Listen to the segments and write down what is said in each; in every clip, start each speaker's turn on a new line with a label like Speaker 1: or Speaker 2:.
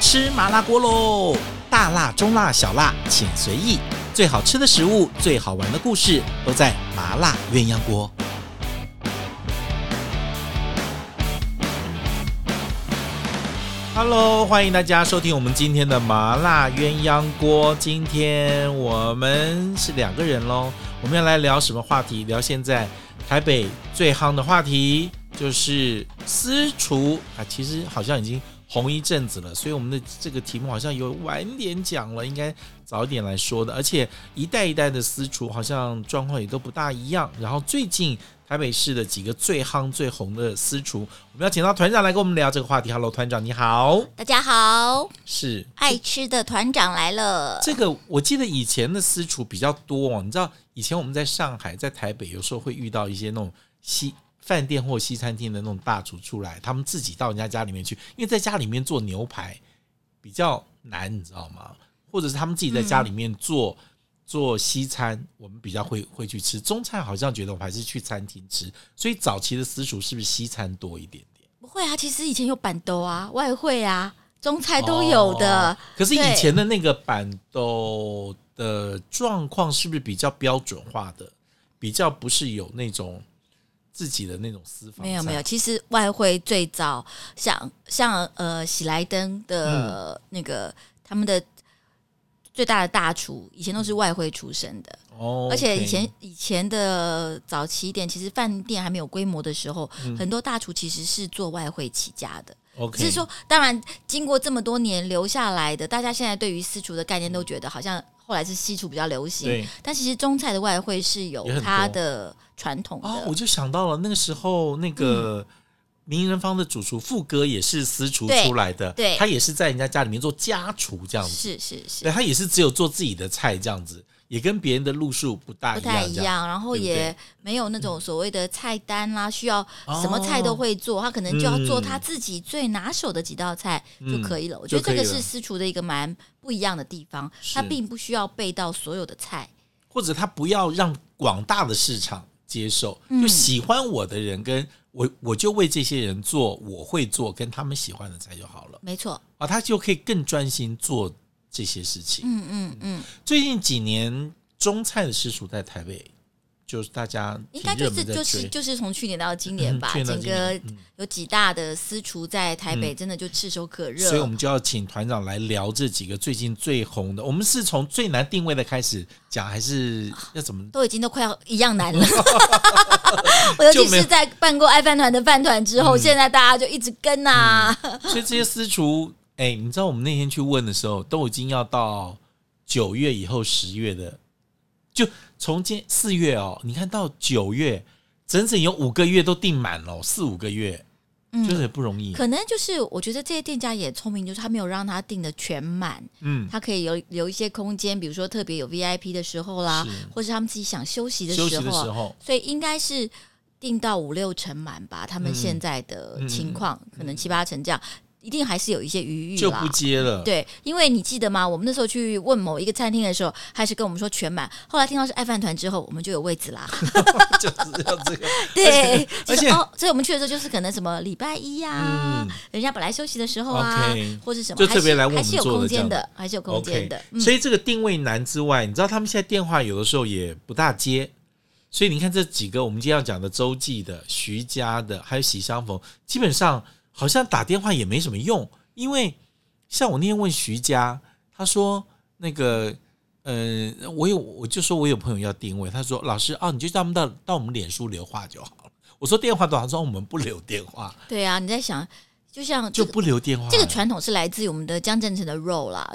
Speaker 1: 吃麻辣锅喽！大辣、中辣、小辣，请随意。最好吃的食物，最好玩的故事，都在麻辣鸳鸯锅。Hello，欢迎大家收听我们今天的麻辣鸳鸯锅。今天我们是两个人喽，我们要来聊什么话题？聊现在台北最夯的话题，就是私厨啊。其实好像已经红一阵子了，所以我们的这个题目好像有晚点讲了，应该早一点来说的。而且一代一代的私厨好像状况也都不大一样。然后最近台北市的几个最夯最红的私厨，我们要请到团长来跟我们聊这个话题。Hello，团长你好，
Speaker 2: 大家好，
Speaker 1: 是
Speaker 2: 爱吃的团长来了。
Speaker 1: 这个我记得以前的私厨比较多哦，你知道以前我们在上海、在台北，有时候会遇到一些那种西饭店或西餐厅的那种大厨出来，他们自己到人家家里面去，因为在家里面做牛排比较难，你知道吗？或者是他们自己在家里面做、做西餐，我们比较会会去吃中餐，好像觉得我还是去餐厅吃，所以早期的私厨是不是西餐多一点点？
Speaker 2: 不会啊，其实以前有板豆啊、外汇啊、中菜都有的。
Speaker 1: 哦可是以
Speaker 2: 对
Speaker 1: 前的那个板豆的状况是不是比较标准化的，比较不是有那种自己的那种私房菜？
Speaker 2: 没有没有，其实外汇最早像像呃喜来登
Speaker 1: 嗯
Speaker 2: 的那个、他们的最大的大厨，以前都是外汇出身的。
Speaker 1: 哦，
Speaker 2: 而且以
Speaker 1: OK
Speaker 2: 前以前的早期一点，其实饭店还没有规模的时候，
Speaker 1: 嗯
Speaker 2: 很多大厨其实是做外汇起家的。
Speaker 1: OK，
Speaker 2: 只是说，当然经过这么多年留下来的，大家现在对于私厨的概念都觉得好像后来是西厨比较流行，
Speaker 1: 对
Speaker 2: 但其实中菜的外汇是有
Speaker 1: 也很多
Speaker 2: 它的传统的。
Speaker 1: 哦，我就想到了那个时候那个。名人坊的主厨副歌也是私厨
Speaker 2: 对
Speaker 1: 出来的，
Speaker 2: 对
Speaker 1: 他也是在人家家里面做家厨这样子，
Speaker 2: 是是是
Speaker 1: 对，，他也是只有做自己的菜这样子，也跟别人的路数不大
Speaker 2: 不
Speaker 1: 一样这
Speaker 2: 太
Speaker 1: 样，
Speaker 2: 一样，然后
Speaker 1: 对不
Speaker 2: 也
Speaker 1: 对嗯
Speaker 2: 没有那种所谓的菜单啦，需要什么菜都会做，他可能就要做他自己最拿手的几道菜就可以了。我觉得这
Speaker 1: 嗯就可
Speaker 2: 个
Speaker 1: 以了
Speaker 2: 是私厨的一个蛮不一样的地方，他
Speaker 1: 是
Speaker 2: 并不需要备到所有的菜。
Speaker 1: 或者他不要让广大的市场接受，
Speaker 2: 嗯
Speaker 1: 就喜欢我的人跟我，我就为这些人做我会做跟他们喜欢的菜就好了
Speaker 2: 没错，
Speaker 1: 啊，他就可以更专心做这些事情。
Speaker 2: 嗯嗯嗯，
Speaker 1: 最近几年中菜的私厨在台北，就是大家
Speaker 2: 应该
Speaker 1: 挺热
Speaker 2: 就是
Speaker 1: 门在
Speaker 2: 就是
Speaker 1: 追，
Speaker 2: 就是从去年到今年吧，
Speaker 1: 嗯去年到
Speaker 2: 整
Speaker 1: 今
Speaker 2: 个
Speaker 1: 年
Speaker 2: 有几大的私厨在台北真的就炙手可热。
Speaker 1: 所以我们就要请团长来聊这几个最近最红的。我们是从最难定位的开始讲，还是要怎么？
Speaker 2: 都已经都快要一样 难了。 我尤其
Speaker 1: 就没有嗯
Speaker 2: 是在办过爱饭团的饭团之后，现在大家就一直跟啊。
Speaker 1: 所以这些私厨，哎、你知道我们那天去问的时候，都已经要到九月以后十月的，就从今四月哦，你看到九月，整整有五个月都订满了哦，四五个月，
Speaker 2: 嗯
Speaker 1: 就是也不容易。
Speaker 2: 可能就是我觉得这些店家也聪明，就是他没有让他订的全满，
Speaker 1: 嗯，
Speaker 2: 他可以留留一些空间，比如说特别有 VIP 的时候啦
Speaker 1: 是，
Speaker 2: 或是他们自己想休息的
Speaker 1: 休息
Speaker 2: 时
Speaker 1: 的
Speaker 2: 候
Speaker 1: 时
Speaker 2: 啊，
Speaker 1: 候，
Speaker 2: 所以应该是订到五六成满吧。他们现在的情
Speaker 1: 嗯
Speaker 2: 况、可能七八成这样，一定还是有一些余裕
Speaker 1: 就
Speaker 2: 啦
Speaker 1: 不。接了。
Speaker 2: 对，因为你记得吗？我们那时候去问某一个餐厅的时候，还是跟我们说全满。后来听到是爱饭团之后，我们就有位置 啦。
Speaker 1: 就是要这个，
Speaker 2: 对，就
Speaker 1: 而
Speaker 2: 是
Speaker 1: 且
Speaker 2: 哦，所以我们去的时候就是可能什么礼拜一呀、
Speaker 1: 嗯
Speaker 2: 人家本来休息的时候啊
Speaker 1: OK，
Speaker 2: 或是什么，
Speaker 1: 就特别
Speaker 2: 还是
Speaker 1: 来问我们
Speaker 2: 还是有
Speaker 1: 做的
Speaker 2: 空
Speaker 1: 这样
Speaker 2: 间
Speaker 1: 子
Speaker 2: 的，还是有空间的。嗯
Speaker 1: OK，所以这个定位难之外，你知道他们现在电话有的时候也不大接，所以你看这几个我们今天要讲的周记的、徐家的，还有喜相逢，基本上好像打电话也没什么用，因为像我那天问徐家，他说那个。呃，我有，我就说我有朋友要定位，他说老师啊，你就叫他们到到我们脸书留话就好了。我说电话多少，他说我们不留电话，
Speaker 2: 对啊，你在想，就像
Speaker 1: 就啊
Speaker 2: 这个
Speaker 1: 不留电话了。
Speaker 2: 这个传统是来自于我们的江正成的 role 啦。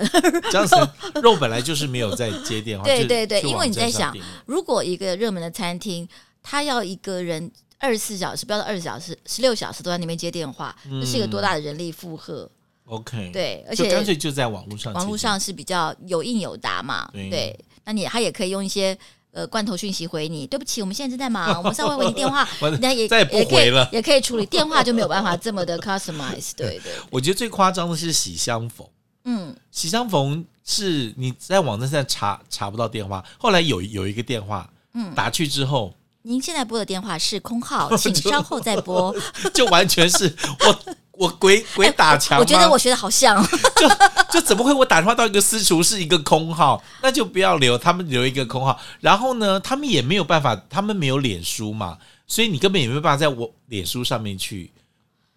Speaker 1: 这样子，肉本来就是没有在接电话。
Speaker 2: 对
Speaker 1: 就
Speaker 2: 对对
Speaker 1: 就往
Speaker 2: 因为你在
Speaker 1: 这上
Speaker 2: 想
Speaker 1: 定
Speaker 2: 如果一个热门的餐厅，他要一个人二十四小时，不要到二十小时，十六小时都在那边接电话，这是一个多大的人力负荷？
Speaker 1: OK，，
Speaker 2: 对，而
Speaker 1: 嗯就干
Speaker 2: 且
Speaker 1: 脆就在网络上，
Speaker 2: 网络，上是比较有应有答嘛，
Speaker 1: 对
Speaker 2: 对，那你他也可以用一些呃罐头讯息回你，对不起，我们现在正在忙，我们稍微回你 电话
Speaker 1: 完了，
Speaker 2: 那也
Speaker 1: 再也不
Speaker 2: 也可
Speaker 1: 回
Speaker 2: 以
Speaker 1: 了
Speaker 2: 也可以处理电话就没有办法这么的 customize，对对，
Speaker 1: 我觉得最夸张的是喜相逢，
Speaker 2: 嗯，
Speaker 1: 喜相逢是你在网站上查查不到电话，后来有有一个电话，嗯，打去之后
Speaker 2: 您现在拨的电话是空号，请稍后再拨，
Speaker 1: 就完全是 我。我鬼鬼打墙吗、
Speaker 2: 哎我觉得我学的好像哦，
Speaker 1: 就就怎么会我打电话到一个私厨是一个空号，那就不要留，他们留一个空号。然后呢，他们也没有办法，他们没有脸书嘛，所以你根本也没有办法在我脸书上面去。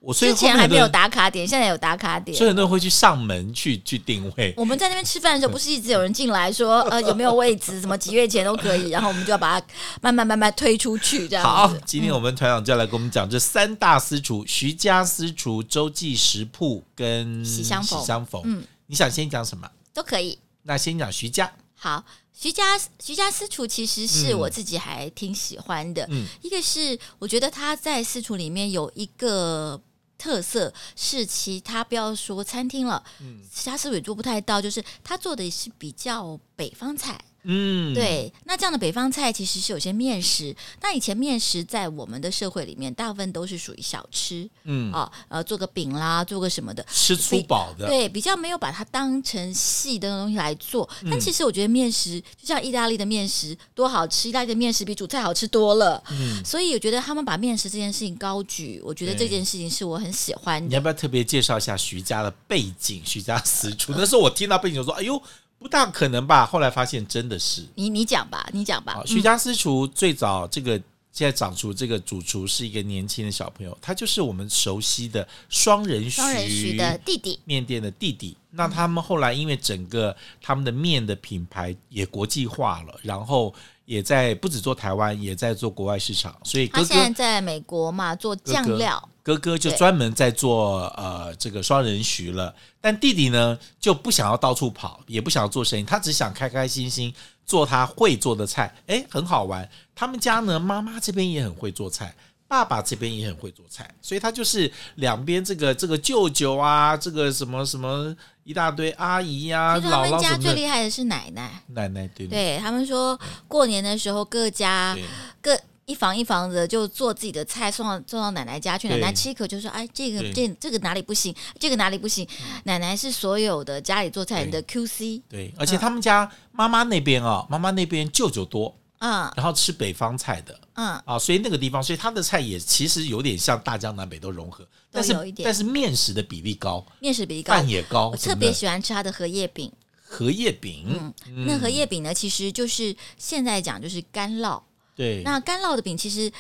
Speaker 1: 我所以
Speaker 2: 之
Speaker 1: 后面
Speaker 2: 前还
Speaker 1: 很多
Speaker 2: 没有
Speaker 1: 人，
Speaker 2: 打卡点，现在有打卡点
Speaker 1: 所以。很多人会去上门去去定位。
Speaker 2: 我们在那边吃饭的
Speaker 1: 嗯
Speaker 2: 时候，不是一直有人进 来说，呃，有没有位置，什么几月前都可以，然后我们就要把它慢慢慢慢推出去，这样
Speaker 1: 好
Speaker 2: 子。，
Speaker 1: 今天我们团长就要来跟我们讲这三大私厨：徐家私厨、周记食铺跟
Speaker 2: 喜相逢
Speaker 1: 喜相逢。
Speaker 2: 嗯
Speaker 1: 你想先讲什么？
Speaker 2: 都可以。
Speaker 1: 那先讲徐家。
Speaker 2: 好，徐家徐家私厨其实是
Speaker 1: 嗯
Speaker 2: 我自己还挺喜欢的，
Speaker 1: 嗯
Speaker 2: 一个是我觉得他在私厨里面有一个。特色是其他不要说餐厅了，
Speaker 1: 嗯
Speaker 2: 其他私厨也做不太到，就是他做的是比较北方菜，
Speaker 1: 嗯，，
Speaker 2: 对，那这样的北方菜其实是有些面食。那以前面食在我们的社会里面，大部分都是属于小吃
Speaker 1: 嗯，啊
Speaker 2: 啊，呃，做个饼啦，做个什么的。
Speaker 1: 吃粗饱的，
Speaker 2: 对，比较没有把它当成细的东西来做，但
Speaker 1: 嗯
Speaker 2: 其实我觉得面食就像意大利的面食多好吃，意大利的面食比主菜好吃多了，
Speaker 1: 嗯
Speaker 2: 所以我觉得他们把面食这件事情高举，我觉得这
Speaker 1: 对
Speaker 2: 件事情是我很喜欢的
Speaker 1: 你。要不要特别介绍一下徐家的背景？徐家私厨那时候我听到背景我说：“哎呦，不大可能吧？”后来发现真的是。
Speaker 2: 你你讲吧，你讲吧嗯
Speaker 1: 好，，徐家私厨最早这个现在掌厨这个主厨是一个年轻的小朋友，他就是我们熟悉的双人徐
Speaker 2: 双人徐的弟弟，
Speaker 1: 面店的弟弟。
Speaker 2: 嗯
Speaker 1: 那他们后来因为整个他们的面的品牌也国际化了，然后也在不止做台湾，也在做国外市场，所以
Speaker 2: 他
Speaker 1: 哥
Speaker 2: 现在
Speaker 1: 哥
Speaker 2: 在美国嘛做
Speaker 1: 哥
Speaker 2: 酱
Speaker 1: 哥
Speaker 2: 料。
Speaker 1: 哥哥就
Speaker 2: 对
Speaker 1: 专门在做呃这个双人徐了，但弟弟呢就不想要到处跑，也不想要做生意，他只想开开心心做他会做的菜，诶，很好玩。他们家呢，妈妈这边也很会做菜。爸爸这边也很会做菜，所以他就是两边这个这个舅舅啊，这个什么什么一大堆阿姨呀、
Speaker 2: 其实他
Speaker 1: 姥
Speaker 2: 们
Speaker 1: 姥
Speaker 2: 家
Speaker 1: 什么
Speaker 2: 最
Speaker 1: 的，
Speaker 2: 厉害的是奶奶，
Speaker 1: 奶奶对
Speaker 2: 对啊他们说过年的时候各家
Speaker 1: 嗯对
Speaker 2: 各。一房一房的就做自己的菜，送到送到奶奶家去。奶
Speaker 1: 对
Speaker 2: 奶吃一口就说：“哎，这个
Speaker 1: 对嗯
Speaker 2: 这这个哪里不行，这个哪里不行。”奶奶是所有的家里做菜人的 QC
Speaker 1: 对，而且他们家妈妈那边啊、妈妈那边舅舅多，
Speaker 2: 嗯
Speaker 1: 然后吃北方菜的，
Speaker 2: 嗯，
Speaker 1: 啊，所以那个地方，所以它的菜也其实有点像大江南北都融合，但是
Speaker 2: 有一点
Speaker 1: 但是面食的比例高，
Speaker 2: 面食比例高。
Speaker 1: 饭也高，
Speaker 2: 我
Speaker 1: 什么
Speaker 2: 特别
Speaker 1: 的
Speaker 2: 喜欢吃它的荷叶饼。
Speaker 1: 荷叶饼，
Speaker 2: 嗯，那荷叶饼呢，其实就是现在讲就是干酪。
Speaker 1: 对，
Speaker 2: 那干酪的饼其实。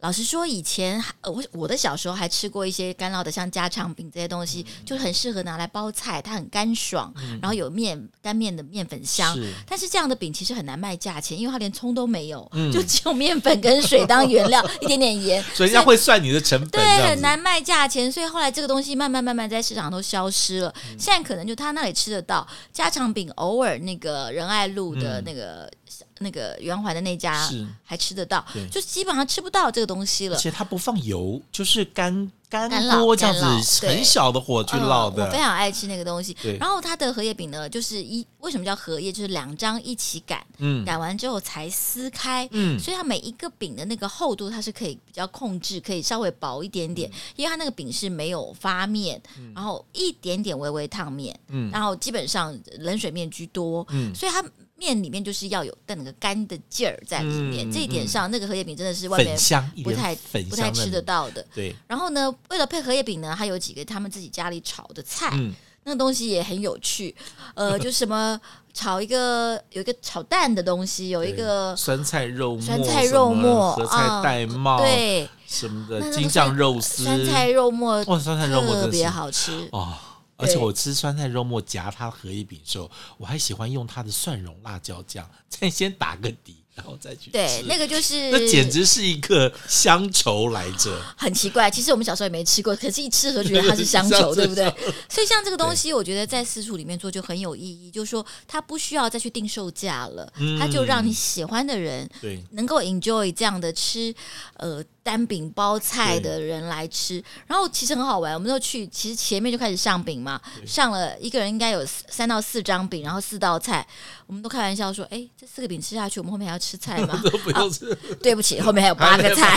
Speaker 2: 老实说，以前呃我我的小时候还吃过一些干酪的，像家常饼这些东西，
Speaker 1: 嗯
Speaker 2: 就很适合拿来包菜，它很干爽，然后有面干面的面粉香。
Speaker 1: 是
Speaker 2: 但是这样的饼其实很难卖价钱，因为它连葱都没有，
Speaker 1: 嗯
Speaker 2: 就只有面粉跟水当 原料，一点点盐，
Speaker 1: 所以人家会算你的成本，这
Speaker 2: 对，
Speaker 1: 样
Speaker 2: 很
Speaker 1: 子
Speaker 2: 难卖价钱，所以后来这个东西慢慢慢慢在市场都消失了。
Speaker 1: 嗯
Speaker 2: 现在可能就他那里吃得到家常饼，偶尔那个仁爱路的
Speaker 1: 嗯
Speaker 2: 那个、那个圆环的那家
Speaker 1: 是
Speaker 2: 还吃得到
Speaker 1: 对，
Speaker 2: 就基本上吃不到这个东西
Speaker 1: 而
Speaker 2: 了。
Speaker 1: 且它不放油，就是干干
Speaker 2: 干烙
Speaker 1: 锅这样
Speaker 2: 干
Speaker 1: 子，
Speaker 2: 烙
Speaker 1: 很
Speaker 2: 对
Speaker 1: 小的火去烙
Speaker 2: 嗯我非
Speaker 1: 的，
Speaker 2: 常爱吃那个东西
Speaker 1: 对。
Speaker 2: 然后它的荷叶饼呢，就是一为什么叫荷叶，就是两张一起擀，
Speaker 1: 嗯
Speaker 2: 擀完之后才撕开。
Speaker 1: 嗯，
Speaker 2: 所以它每一个饼的那个厚度，它是可以比较控制，可以稍微薄一点
Speaker 1: 嗯
Speaker 2: 点，因为它那个饼是没有发面，然后一点点微微烫面，
Speaker 1: 嗯
Speaker 2: 然后基本上冷水面居多，
Speaker 1: 嗯
Speaker 2: 所以它面里面就是要有那个干的劲儿在里面。
Speaker 1: 嗯
Speaker 2: 这一点上，那个荷叶饼真的是外面
Speaker 1: 粉香，一
Speaker 2: 不
Speaker 1: 点
Speaker 2: 太
Speaker 1: 粉
Speaker 2: 不太
Speaker 1: 香在
Speaker 2: 吃
Speaker 1: 里
Speaker 2: 得
Speaker 1: 面，
Speaker 2: 到的。
Speaker 1: 对，
Speaker 2: 然后呢，为了配荷叶饼呢，还有几个他们自己家里炒的菜，
Speaker 1: 嗯
Speaker 2: 那个东西也很有趣， 呃，就什么炒一个有一个炒蛋的东西，有一
Speaker 1: 对
Speaker 2: 个
Speaker 1: 酸菜肉末，
Speaker 2: 酸菜肉末
Speaker 1: 什么荷
Speaker 2: 嗯
Speaker 1: 菜戴帽，
Speaker 2: 对
Speaker 1: 什么
Speaker 2: 那
Speaker 1: 的
Speaker 2: 那
Speaker 1: 京
Speaker 2: 个
Speaker 1: 酱
Speaker 2: 酸
Speaker 1: 肉丝，
Speaker 2: 酸菜肉末，
Speaker 1: 哇，哦酸菜肉末真
Speaker 2: 特
Speaker 1: 的
Speaker 2: 别
Speaker 1: 是
Speaker 2: 好吃。
Speaker 1: 哦，而且
Speaker 2: 对
Speaker 1: 我吃酸菜肉末夹它荷叶饼的时候，我还喜欢用它的蒜蓉辣椒酱，再先打个底，然后再去
Speaker 2: 对
Speaker 1: 吃，
Speaker 2: 那个就是
Speaker 1: 那简直是一个乡愁来着。
Speaker 2: 很奇怪。其实我们小时候也没吃过，可是一吃的时候觉得它是乡
Speaker 1: 乡
Speaker 2: 愁，
Speaker 1: 愁
Speaker 2: 对 不对？所以像这个东西，我觉得在私厨里面做就很有意义，就是说它不需要再去定售价了，
Speaker 1: 嗯
Speaker 2: 它就让你喜欢的人
Speaker 1: 对，
Speaker 2: 能够 enjoy 这样的吃呃单饼包菜的人来吃，然后其实很好玩。我们就去，其实前面就开始上饼嘛，上了一个人应该有四三到四张饼，然后四道菜，我们都开玩笑说，哎，这四个饼吃下去，我们后面还要吃菜 吗？
Speaker 1: 都不用吃。
Speaker 2: 对不起，后面还有哦八个菜。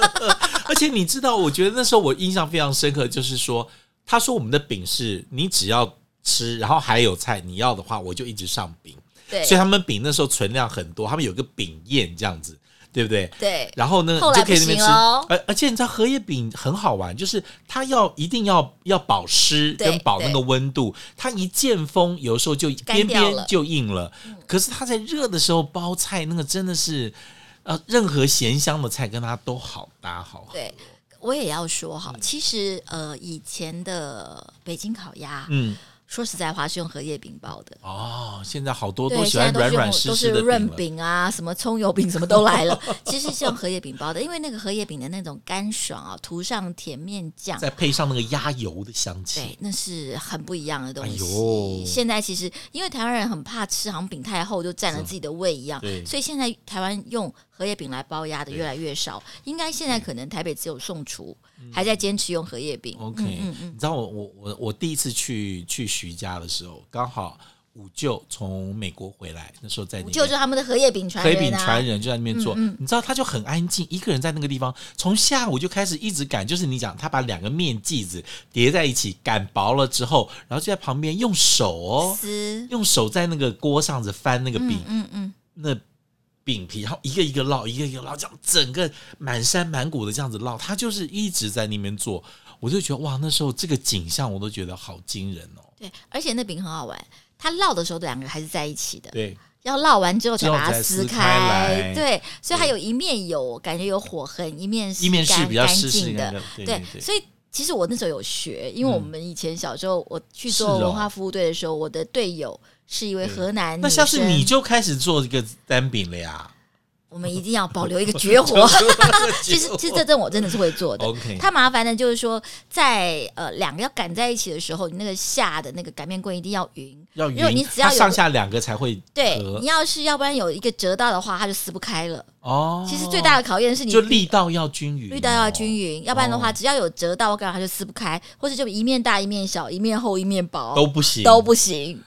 Speaker 1: 而且你知道，我觉得那时候我印象非常深刻，就是说，他说我们的饼是你只要吃，然后还有菜，你要的话我就一直上饼。
Speaker 2: 对，
Speaker 1: 所以他们饼那时候存量很多，他们有个饼宴这样子。对不对？
Speaker 2: 对，
Speaker 1: 然后呢，
Speaker 2: 后
Speaker 1: 你
Speaker 2: 来
Speaker 1: 就可以那边
Speaker 2: 不
Speaker 1: 吃。
Speaker 2: 行哦
Speaker 1: 而而且你知道荷叶饼很好玩，就是它要一定要要保湿
Speaker 2: 对
Speaker 1: 跟保那个温度，它一见风有时候就边
Speaker 2: 干掉了嗯
Speaker 1: 边就硬了。可是它在热的时候包菜，那个真的是呃，任何咸香的菜跟它都好搭好合。
Speaker 2: 对，我也要说哈，其实呃，以前的北京烤鸭，
Speaker 1: 嗯，
Speaker 2: 说实在话是用荷叶饼包的。
Speaker 1: 哦，现在好多
Speaker 2: 对，
Speaker 1: 都喜欢
Speaker 2: 现在都是
Speaker 1: 软
Speaker 2: 用
Speaker 1: 软湿
Speaker 2: 都
Speaker 1: 湿
Speaker 2: 是
Speaker 1: 的
Speaker 2: 润
Speaker 1: 了。
Speaker 2: 饼啊，什么葱油饼什么都来了。其实是用荷叶饼包的，因为那个荷叶饼的那种干爽啊，涂上甜面酱，
Speaker 1: 再配上那个鸭油的香气
Speaker 2: 对，，那是很不一样的东
Speaker 1: 哎呦
Speaker 2: 西。现在其实因为台湾人很怕吃，好像饼太厚就占了自己的胃一样
Speaker 1: 啊对，
Speaker 2: 所以现在台湾用荷叶饼来包鸭的
Speaker 1: 对
Speaker 2: 越来越少。应该现在可能台北只有宋厨
Speaker 1: 嗯
Speaker 2: 还在坚持用荷叶饼。
Speaker 1: OK，、
Speaker 2: 嗯
Speaker 1: 你知道我我我我第一次去去徐家的时候，刚好五舅从美国回来，那时候在那
Speaker 2: 嗯，
Speaker 1: 边
Speaker 2: 就是他们的荷叶饼传
Speaker 1: 黑
Speaker 2: 人
Speaker 1: 饼
Speaker 2: 啊
Speaker 1: 传。人就在那边做，
Speaker 2: 嗯嗯
Speaker 1: 你知道他就很安静，一个人在那个地方，从下午就开始一直擀，就是你讲他把两个面剂子叠在一起擀薄了之后，然后就在旁边用手哦，
Speaker 2: 丝，
Speaker 1: 用手在那个锅上子翻那个饼，
Speaker 2: 嗯嗯，
Speaker 1: 那饼皮，然后一个一个烙，一个一个烙，这样整个满山满谷的这样子烙，他就是一直在那边做，我就觉得哇，那时候这个景象我都觉得好惊人哦。
Speaker 2: 对，而且那饼很好玩。它烙的时候，两个还是在一起的。
Speaker 1: 对，
Speaker 2: 要烙完之后才
Speaker 1: 之后
Speaker 2: 把它
Speaker 1: 才撕开来
Speaker 2: 开，对，所以它
Speaker 1: 对
Speaker 2: 有一面有感觉有火痕，一面是
Speaker 1: 一面是
Speaker 2: 干
Speaker 1: 比较
Speaker 2: 干
Speaker 1: 湿湿
Speaker 2: 净的，，
Speaker 1: 对
Speaker 2: 对
Speaker 1: 对对，
Speaker 2: 所以其实我那时候有学，因为我们以前小时候我去做
Speaker 1: 是哦
Speaker 2: 文化服务队的时候，我的队友是一位
Speaker 1: 对
Speaker 2: 河南
Speaker 1: 那
Speaker 2: 女
Speaker 1: 下次
Speaker 2: 生
Speaker 1: 你就开始做这个单饼了呀。
Speaker 2: 我们一定要保 留一个绝活。其实其实这阵我真的是会做的。
Speaker 1: OK，
Speaker 2: 它麻烦的就是说，在呃两个要赶在一起的时候，你那个下的那个擀面棍一定要匀。
Speaker 1: 要
Speaker 2: 如果
Speaker 1: 匀，
Speaker 2: 你只要
Speaker 1: 它
Speaker 2: 有
Speaker 1: 上下两个才会
Speaker 2: 对
Speaker 1: 合
Speaker 2: 你要是要不然有一个折到的话，它就撕不开了。
Speaker 1: 哦。
Speaker 2: 其实最大的考验是你
Speaker 1: 就力道要均匀哦，
Speaker 2: 绿道要均匀，要不然的话，只要有折到，我感觉它就撕不开，或者就一面大一面小，一面厚一面薄，
Speaker 1: 都不行，
Speaker 2: 哦都不行。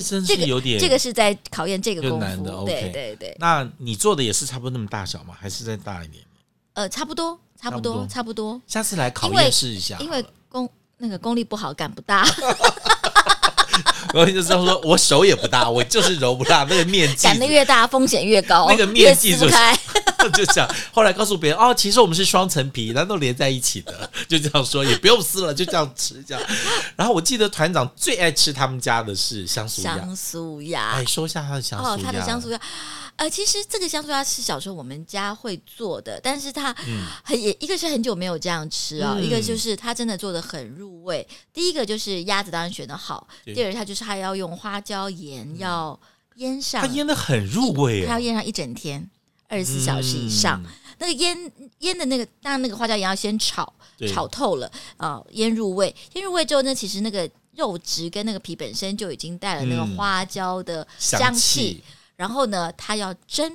Speaker 1: 这真
Speaker 2: 这
Speaker 1: 是
Speaker 2: 个
Speaker 1: 有点
Speaker 2: 这个是在考验这个
Speaker 1: 有
Speaker 2: 功
Speaker 1: 难
Speaker 2: 夫
Speaker 1: 的。
Speaker 2: 对
Speaker 1: OK
Speaker 2: 对对，
Speaker 1: 那你做的也是差不多那么大小吗？还是再大一点？
Speaker 2: 呃，差不多，差不多，差不多，
Speaker 1: 下次来考
Speaker 2: 因为
Speaker 1: 验试一下好了，
Speaker 2: 因为功那个功力不好，擀 不大，
Speaker 1: 我就知道说我手也不 大，我就是揉不大那个面剂
Speaker 2: 擀的越大风险越高，
Speaker 1: 那个
Speaker 2: 越
Speaker 1: 面
Speaker 2: 撕
Speaker 1: 剂
Speaker 2: 不
Speaker 1: 就是
Speaker 2: 开。
Speaker 1: 就这样。后来告诉别人哦，其实我们是双层皮，然后都连在一起的， 就这样说，也不用撕了，就这样吃这样。然后我记得团长最爱吃他们家的是香酥鸭，
Speaker 2: 香酥鸭，
Speaker 1: 哎，说一下他的香酥鸭，
Speaker 2: 哦，它的香酥鸭，呃，其实这个香酥鸭是小时候我们家会做的，但是它很也、一个是很久没有这样吃啊、
Speaker 1: 嗯
Speaker 2: 一个就是它真的做的很入味。第一个就是鸭子当然选的好，
Speaker 1: 对嗯
Speaker 2: 第二它就是它要用花椒盐、要腌上，
Speaker 1: 它腌的很入味
Speaker 2: 它要
Speaker 1: 哦，
Speaker 2: 腌上一整天，二十四小时以上。
Speaker 1: 嗯
Speaker 2: 那个腌腌的那个，当然那个花椒盐要先炒
Speaker 1: 对，
Speaker 2: 炒透了啊、呃腌入味。腌入味之后呢，其实那个肉质跟那个皮本身就已经带了那个
Speaker 1: 嗯
Speaker 2: 花椒的
Speaker 1: 香
Speaker 2: 气。
Speaker 1: 气，
Speaker 2: 然后呢，它要蒸。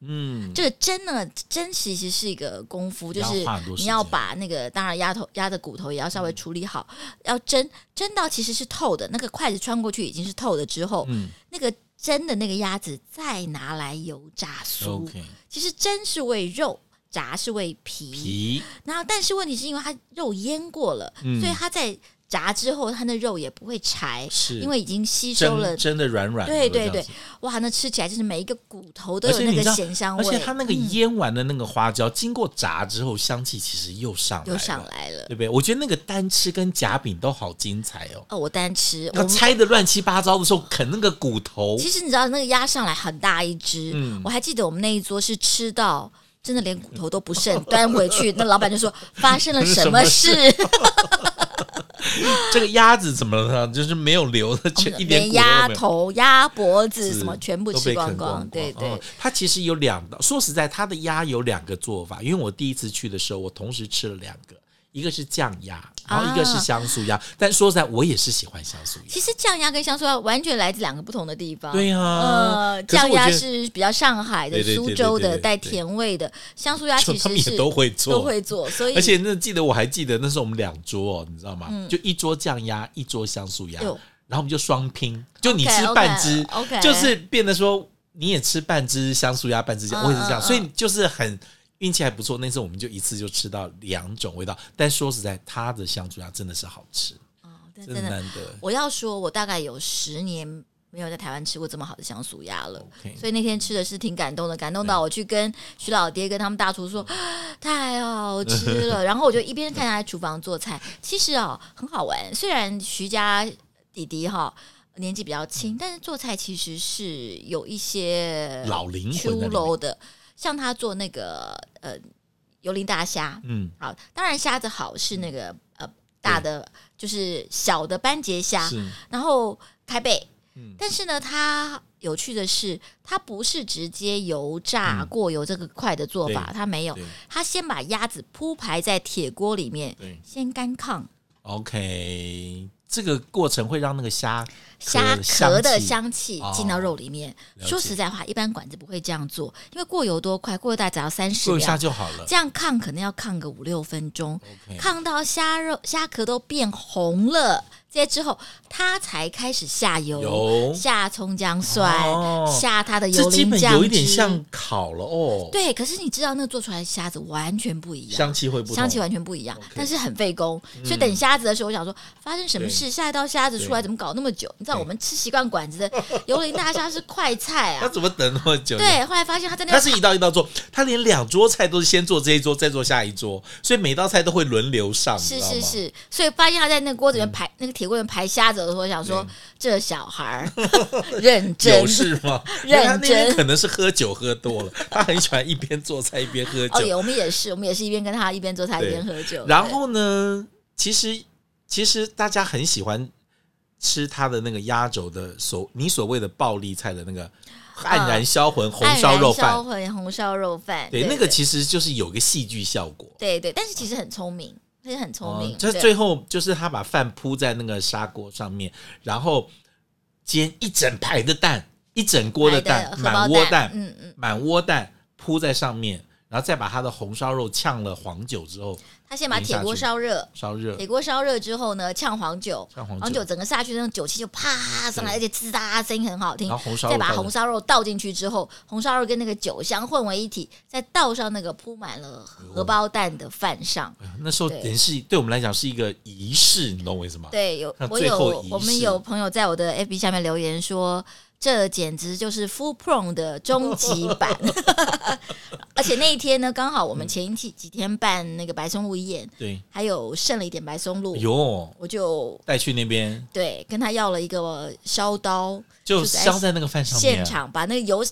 Speaker 1: 嗯，
Speaker 2: 这个蒸呢，蒸其实是一个功夫，就
Speaker 1: 要
Speaker 2: 是
Speaker 1: 花很多时
Speaker 2: 你要
Speaker 1: 间
Speaker 2: 把那个当然鸭头鸭的骨头也要稍微处理好，要蒸蒸到其实是透的，那个筷子穿过去已经是透的之后，
Speaker 1: 嗯
Speaker 2: 那个蒸的那个鸭子再拿来油炸酥。
Speaker 1: ，OK，
Speaker 2: 其实蒸是为肉。炸是为皮，
Speaker 1: 皮
Speaker 2: 然后但是问题是因为它肉腌过了，
Speaker 1: 嗯
Speaker 2: 所以它在炸之后，它那肉也不会柴，
Speaker 1: 是
Speaker 2: 因为已经吸收了
Speaker 1: 蒸蒸的软软的，
Speaker 2: 对对
Speaker 1: 这样子。
Speaker 2: 哇，那吃起来就是每一个骨头都
Speaker 1: 而
Speaker 2: 有
Speaker 1: 且
Speaker 2: 那
Speaker 1: 你
Speaker 2: 个
Speaker 1: 知道
Speaker 2: 咸香
Speaker 1: 而
Speaker 2: 味，
Speaker 1: 且它那个
Speaker 2: 嗯
Speaker 1: 腌完的那个花椒，经过炸之后，香气其实又上来了
Speaker 2: 又上来了
Speaker 1: 对。不对？我觉得那个单吃跟夹饼都好精彩哦。
Speaker 2: 哦，我单吃，我
Speaker 1: 它拆的乱七八糟的时候，啃那个骨头，
Speaker 2: 其实你知道那个鸭上来很大一只，
Speaker 1: 嗯
Speaker 2: 我还记得我们那一桌是吃到。真的连骨头都 不剩，端回去，那老板就说发生了什么事？
Speaker 1: 这个鸭子怎么了？就是没有留的，
Speaker 2: 我
Speaker 1: 就
Speaker 2: 们
Speaker 1: 一点
Speaker 2: 哦
Speaker 1: 骨头都
Speaker 2: 连鸭
Speaker 1: 没有。
Speaker 2: 头、鸭脖子
Speaker 1: 是
Speaker 2: 什么全部
Speaker 1: 都
Speaker 2: 吃
Speaker 1: 被啃
Speaker 2: 光。对对，
Speaker 1: 哦它其实有两道，说实在，它的鸭有两个做法。因为我第一次去的时候，我同时吃了两个，一个是酱鸭，然后一个是
Speaker 2: 啊
Speaker 1: 香酥鸭。但说实在，我也是喜欢香酥鸭。
Speaker 2: 其实酱鸭跟香酥鸭完全来自两个不同的地方。
Speaker 1: 对呀、啊
Speaker 2: 呃，
Speaker 1: 可
Speaker 2: 酱
Speaker 1: 我
Speaker 2: 鸭
Speaker 1: 觉得
Speaker 2: 是比较上海的
Speaker 1: 对、对对
Speaker 2: 苏
Speaker 1: 对
Speaker 2: 州
Speaker 1: 对
Speaker 2: 的，
Speaker 1: 对
Speaker 2: 带
Speaker 1: 对
Speaker 2: 甜味的。香酥鸭
Speaker 1: 就
Speaker 2: 其
Speaker 1: 他们
Speaker 2: 实
Speaker 1: 也
Speaker 2: 是
Speaker 1: 都会做
Speaker 2: 都会做，所以嗯
Speaker 1: 而且那记得我还记得那时候我们两桌、哦，你知道吗？就一桌酱鸭，一桌香酥鸭，然
Speaker 2: 哟
Speaker 1: 后我们就双拼，就你
Speaker 2: OK，
Speaker 1: 吃半只
Speaker 2: OK，OK
Speaker 1: 就是变得说你也吃半只香酥鸭，半只酱，
Speaker 2: 嗯
Speaker 1: 我也是这样，
Speaker 2: 嗯
Speaker 1: 所以就是很。运气还不错，那次我们就一次就吃到两种味道，但说实在，它的香酥鸭真的是好吃，
Speaker 2: 哦但
Speaker 1: 真
Speaker 2: 真
Speaker 1: 的
Speaker 2: 的
Speaker 1: 难得。
Speaker 2: 我要说，我大概有十年没有在台湾吃过这么好的香酥鸭了。
Speaker 1: OK，
Speaker 2: 所以那天吃的是挺感动的，感动到我去跟徐老爹跟他们大厨
Speaker 1: 嗯
Speaker 2: 说，啊太好吃 了。然后我就一边看他在厨房做菜，其实哦很好玩。虽然徐家弟弟哈、年纪比较
Speaker 1: 嗯
Speaker 2: 轻，但是做菜其实是有一些
Speaker 1: 老灵魂
Speaker 2: 出
Speaker 1: 的
Speaker 2: 楼的，像他做那个呃油淋大虾，
Speaker 1: 嗯，
Speaker 2: 好，当然虾子好是那个呃大的，就是小的斑节虾，
Speaker 1: 是，
Speaker 2: 然后开背。
Speaker 1: 嗯
Speaker 2: 但是呢，它有趣的是，它不是直接油炸
Speaker 1: 嗯
Speaker 2: 过油这个快的做法，
Speaker 1: 对
Speaker 2: 它没有
Speaker 1: 对，
Speaker 2: 它先把鸭子铺排在铁锅里面，
Speaker 1: 对
Speaker 2: 先干炕，
Speaker 1: ，OK，这个过程会让那个虾
Speaker 2: 虾
Speaker 1: 的
Speaker 2: 壳的
Speaker 1: 气
Speaker 2: 香气
Speaker 1: 哦
Speaker 2: 进到肉里面。
Speaker 1: 了
Speaker 2: 说
Speaker 1: 解
Speaker 2: 实在话，一般馆子不会这样做，因为过油多快，过油大概只要三十
Speaker 1: 做一下
Speaker 2: 秒，
Speaker 1: 就好了
Speaker 2: 这样炕可能要炕个五六分钟，
Speaker 1: ，OK，
Speaker 2: 炕到虾肉虾壳都变红了，这些之后，它才开始下油。
Speaker 1: 有，
Speaker 2: 下葱姜蒜，
Speaker 1: 哦
Speaker 2: 下它的
Speaker 1: 这
Speaker 2: 油
Speaker 1: 基
Speaker 2: 淋
Speaker 1: 本
Speaker 2: 酱汁，
Speaker 1: 有一点像烤了哦，，
Speaker 2: 对，可是你知道那做出来的虾子完全不一样，
Speaker 1: 香气会不同，
Speaker 2: 香气完全不一样
Speaker 1: OK，嗯
Speaker 2: 但是很费工。所以等虾子的时候，我想说发生什么事，下一道虾子出来
Speaker 1: 对
Speaker 2: 怎么搞那么久？你知道
Speaker 1: 对
Speaker 2: 我们吃习惯馆子 的油淋大虾是快菜
Speaker 1: 他
Speaker 2: 啊，
Speaker 1: 怎么等那么久？。
Speaker 2: 对，后来发现他在那
Speaker 1: 他
Speaker 2: 边
Speaker 1: 是一道一道做，他连两桌菜都是先做这一桌，再做下一桌，所以每道菜都会轮流上，你
Speaker 2: 是
Speaker 1: 知道
Speaker 2: 是
Speaker 1: 吗，嗯
Speaker 2: 是，所以发现他在那个锅子里面排、那个铁锅里面排虾子的时候，我想说这小孩儿 认真
Speaker 1: 有，事吗？
Speaker 2: 认真
Speaker 1: 因为他那天可能是喝酒喝多了，他很喜欢一边做菜一边喝
Speaker 2: 哦，
Speaker 1: 酒。
Speaker 2: 有我们也是，我们也是一边跟他一边做菜一
Speaker 1: 对
Speaker 2: 边喝酒，
Speaker 1: 然后呢，其实其实大家很喜欢吃他的那个鸭肘的所你所谓的暴力菜的那个黯然销魂红
Speaker 2: 哦黯
Speaker 1: 烧
Speaker 2: 然
Speaker 1: 肉
Speaker 2: 销
Speaker 1: 饭，
Speaker 2: 魂哎红烧肉饭，
Speaker 1: 对，那个其实就是有个戏剧效果。
Speaker 2: 对对，但是其实很聪明，其实很聪明，
Speaker 1: 就是
Speaker 2: 对
Speaker 1: 最后就是他把饭铺在那个砂锅上面，然后煎一整排的蛋，一整锅的
Speaker 2: 买
Speaker 1: 蛋，
Speaker 2: 荷包
Speaker 1: 满窝蛋，
Speaker 2: 嗯嗯，
Speaker 1: 满窝蛋铺在上面，然后再把他的红烧肉呛了黄酒之后
Speaker 2: 他先把
Speaker 1: 淋
Speaker 2: 铁
Speaker 1: 下
Speaker 2: 锅
Speaker 1: 去
Speaker 2: 烧热，
Speaker 1: 烧热，
Speaker 2: 铁锅烧热之后呢，呛黄酒，
Speaker 1: 呛黄
Speaker 2: 黄
Speaker 1: 酒
Speaker 2: 酒整个下去，那种酒气就啪上来，
Speaker 1: 对
Speaker 2: 而且滋哒声音很好听
Speaker 1: 然后。红烧肉
Speaker 2: 再把
Speaker 1: 放
Speaker 2: 红
Speaker 1: 在
Speaker 2: 烧肉倒进去之后，红烧肉跟那个酒香混为一体，再倒上那个铺满了
Speaker 1: 哦
Speaker 2: 荷包蛋的饭上。
Speaker 1: 那时候
Speaker 2: 对
Speaker 1: 等于是对我们来讲是一个仪式，你懂我意思吗？
Speaker 2: 对，有
Speaker 1: 那
Speaker 2: 我
Speaker 1: 最
Speaker 2: 有
Speaker 1: 后仪
Speaker 2: 我们
Speaker 1: 式
Speaker 2: 有朋友在我的 FB 下面留言说，这简直就是 Full Pro 的终极版。 而且那一天呢，刚好我们前一几几天办那个白松露宴，
Speaker 1: 对，
Speaker 2: 还有剩了一点白松
Speaker 1: 哎
Speaker 2: 露，
Speaker 1: 哟，
Speaker 2: 我就
Speaker 1: 带去那边
Speaker 2: 对跟他要了一个削刀，
Speaker 1: 就
Speaker 2: 就是在
Speaker 1: 烧在那个饭上面啊，
Speaker 2: 现场把那个油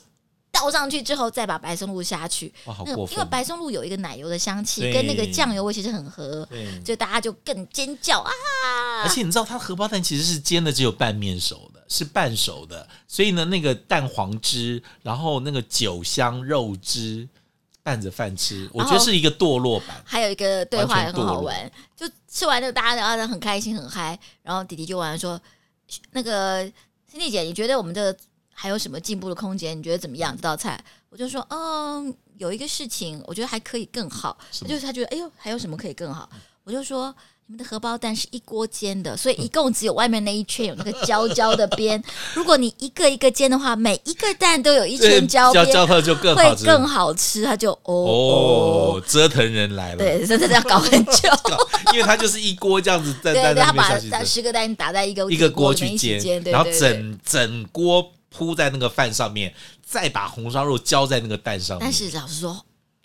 Speaker 2: 倒上去之后，再把白松露下去。
Speaker 1: 哇，好
Speaker 2: 那
Speaker 1: 过
Speaker 2: 个
Speaker 1: 分
Speaker 2: 嗯因为！白松露有一个奶油的香气，
Speaker 1: 对嗯
Speaker 2: 跟那个酱油味其实很合，
Speaker 1: 对，
Speaker 2: 所以大家就更尖叫啊！
Speaker 1: 而且你知道，它荷包蛋其实是煎的，只有半面熟的，是半熟的，所以呢，那个蛋黄汁，然后那个酒香肉汁拌着饭吃，我觉得
Speaker 2: 然后
Speaker 1: 是一个堕落版。
Speaker 2: 还有一个对话也
Speaker 1: 完全
Speaker 2: 很好
Speaker 1: 堕落
Speaker 2: 玩，就吃完就大家聊得很开心很嗨，然后弟弟就玩说：“那个欣丽姐，你觉得我们这还有什么进步的空间？你觉得怎么样？这道菜？”我就说：“嗯，有一个事情，我觉得还可以更好。”
Speaker 1: 什么
Speaker 2: 就是他觉得：“哎呦，还有什么可以更好？”我就说。你们的荷包蛋是一锅煎的，所以一共只有外面那一圈有那个焦焦的边。如果你一个一个煎的话，每一个蛋都有一圈焦
Speaker 1: 焦
Speaker 2: 边，
Speaker 1: 焦它就更好
Speaker 2: 会
Speaker 1: 吃
Speaker 2: 更好吃。他就哦哦
Speaker 1: 哦，折腾人来了。
Speaker 2: 对，真的要搞很 久。
Speaker 1: 因为它就是一锅这样子在
Speaker 2: 对
Speaker 1: 在
Speaker 2: 对，
Speaker 1: 那
Speaker 2: 他
Speaker 1: 边
Speaker 2: 把
Speaker 1: 下去
Speaker 2: 把
Speaker 1: 的，
Speaker 2: 十个蛋打在一个
Speaker 1: 一个锅
Speaker 2: 里面
Speaker 1: 去
Speaker 2: 一起煎，
Speaker 1: 煎，
Speaker 2: 对
Speaker 1: 然后
Speaker 2: 对对
Speaker 1: 整整锅铺在那个饭上面，再把红烧肉浇在那个蛋上面。
Speaker 2: 但是老实说，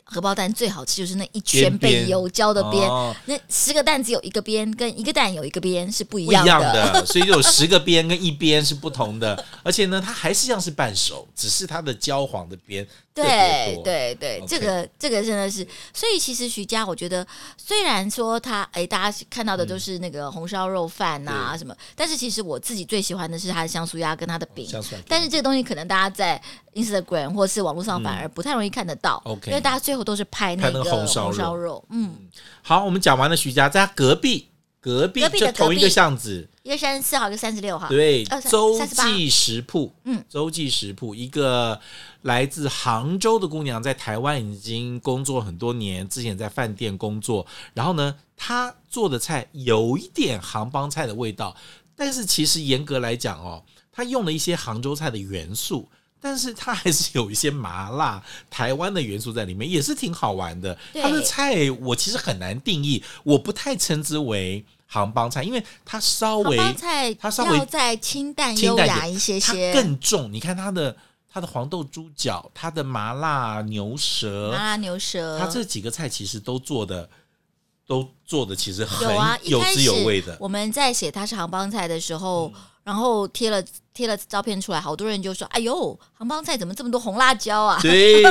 Speaker 2: 荷包蛋最好吃就是那一圈
Speaker 1: 边边
Speaker 2: 被油浇的边，
Speaker 1: 哦
Speaker 2: 那十个蛋只有一个边，跟一个蛋有一个边是不一
Speaker 1: 不一样
Speaker 2: 的。
Speaker 1: 的， 所以有十个边跟一边是不同的， 而且呢，它还是像是半熟，只是它的焦黄的边特别
Speaker 2: 对
Speaker 1: 多。
Speaker 2: 对对
Speaker 1: OK，
Speaker 2: 这个这个真的是，所以其实徐家，我觉得虽然说他哎，大家看到的
Speaker 1: 嗯
Speaker 2: 都是那个红烧肉饭呐、什么，但是其实我自己最喜欢的是他的香酥鸭跟他的饼，
Speaker 1: 像蒜
Speaker 2: 但是这个东西可能大家在 Instagram 或是网络上反而不太容易看得到
Speaker 1: 嗯 OK
Speaker 2: 因为大家最后都是拍
Speaker 1: 拍那
Speaker 2: 个
Speaker 1: 个红烧肉
Speaker 2: 烧肉。嗯，
Speaker 1: 好，我们讲完了徐家，在他隔壁，隔壁
Speaker 2: 隔壁的
Speaker 1: 就同一
Speaker 2: 隔
Speaker 1: 个
Speaker 2: 壁
Speaker 1: 巷子，
Speaker 2: 一个三十四号，一个三十六号。
Speaker 1: 对
Speaker 2: 二，十
Speaker 1: 周
Speaker 2: 38
Speaker 1: 记食铺，
Speaker 2: 嗯，
Speaker 1: 周记食铺，一个来自杭州的姑娘，在台湾已经工作很多年，之前在饭店工作，然后呢，她做的菜有一点杭帮菜的味道，但是其实严格来讲哦，她用了一些杭州菜的元素。但是它还是有一些麻辣台湾的元素在里面，也是挺好玩的。
Speaker 2: 对
Speaker 1: 它的菜我其实很难定义，我不太称之为杭帮菜，因为它稍
Speaker 2: 杭
Speaker 1: 微
Speaker 2: 帮菜
Speaker 1: 它稍微
Speaker 2: 要再清淡
Speaker 1: 清
Speaker 2: 优
Speaker 1: 淡一
Speaker 2: 雅一些
Speaker 1: 它
Speaker 2: 些，
Speaker 1: 更重。你看它的它的黄豆猪脚，它的麻辣牛舌，
Speaker 2: 麻辣啊牛舌，
Speaker 1: 它这几个菜其实都做的都做的其实很
Speaker 2: 有啊，一
Speaker 1: 有
Speaker 2: 开
Speaker 1: 滋
Speaker 2: 始
Speaker 1: 有味的。嗯
Speaker 2: 我们在写它是杭帮菜的时候，然后贴了贴了照片出来，好多人就说：“哎呦，杭帮菜怎么这么多红辣椒啊？”
Speaker 1: 对，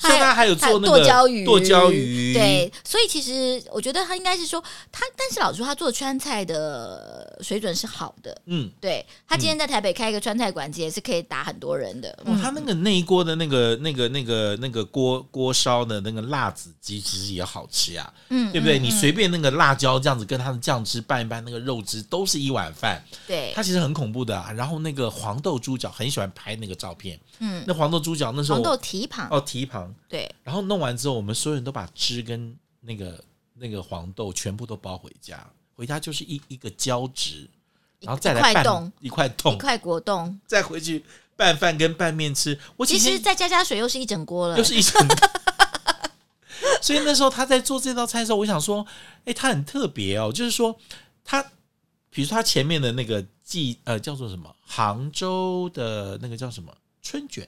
Speaker 1: 所以它还有
Speaker 2: 还有
Speaker 1: 做那
Speaker 2: 剁
Speaker 1: 个
Speaker 2: 椒鱼，
Speaker 1: 剁椒鱼，
Speaker 2: 对，所以其实我觉得他应该是说他，但是老实说，他做川菜的水准是好的。
Speaker 1: 嗯，
Speaker 2: 对他今天在台北开一个川菜馆子，也是可以打很多人的。
Speaker 1: 哇，它那个那一锅的那个那个那个那个锅锅烧的那个辣子鸡，其实也好吃呀、
Speaker 2: 嗯，
Speaker 1: 对不对？
Speaker 2: 嗯
Speaker 1: 你
Speaker 2: 嗯
Speaker 1: 随便那个辣椒这样子跟它的酱汁拌一拌，那个肉汁都是一碗饭，
Speaker 2: 嗯对
Speaker 1: 它，其实很恐怖的啊、然后那个黄豆猪脚很喜欢拍那个照片，
Speaker 2: 嗯，
Speaker 1: 那黄豆猪脚那时候
Speaker 2: 黄
Speaker 1: 我
Speaker 2: 豆蹄膀，
Speaker 1: 哦蹄膀，
Speaker 2: 对，
Speaker 1: 然后弄完之后，我们所有人都把汁跟那个那个黄豆全部都包回家，回家就是一一个胶质，然后再来
Speaker 2: 一块
Speaker 1: 拌
Speaker 2: 冻
Speaker 1: 一块
Speaker 2: 一
Speaker 1: 冻，
Speaker 2: 块果冻，
Speaker 1: 再回去拌饭跟拌面吃。我
Speaker 2: 其
Speaker 1: 今
Speaker 2: 实
Speaker 1: 天
Speaker 2: 再加加水又是一整锅了
Speaker 1: 又。是一整。 所以那时候他在做这道菜的时候，我想说，哎、他很特别哦，就是说他，比如说他前面的那个季呃叫做什么杭州的那个叫什么春卷，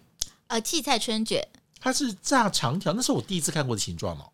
Speaker 2: 呃，荠菜春卷，
Speaker 1: 它是炸长条，那是我第一次看过的形状哦，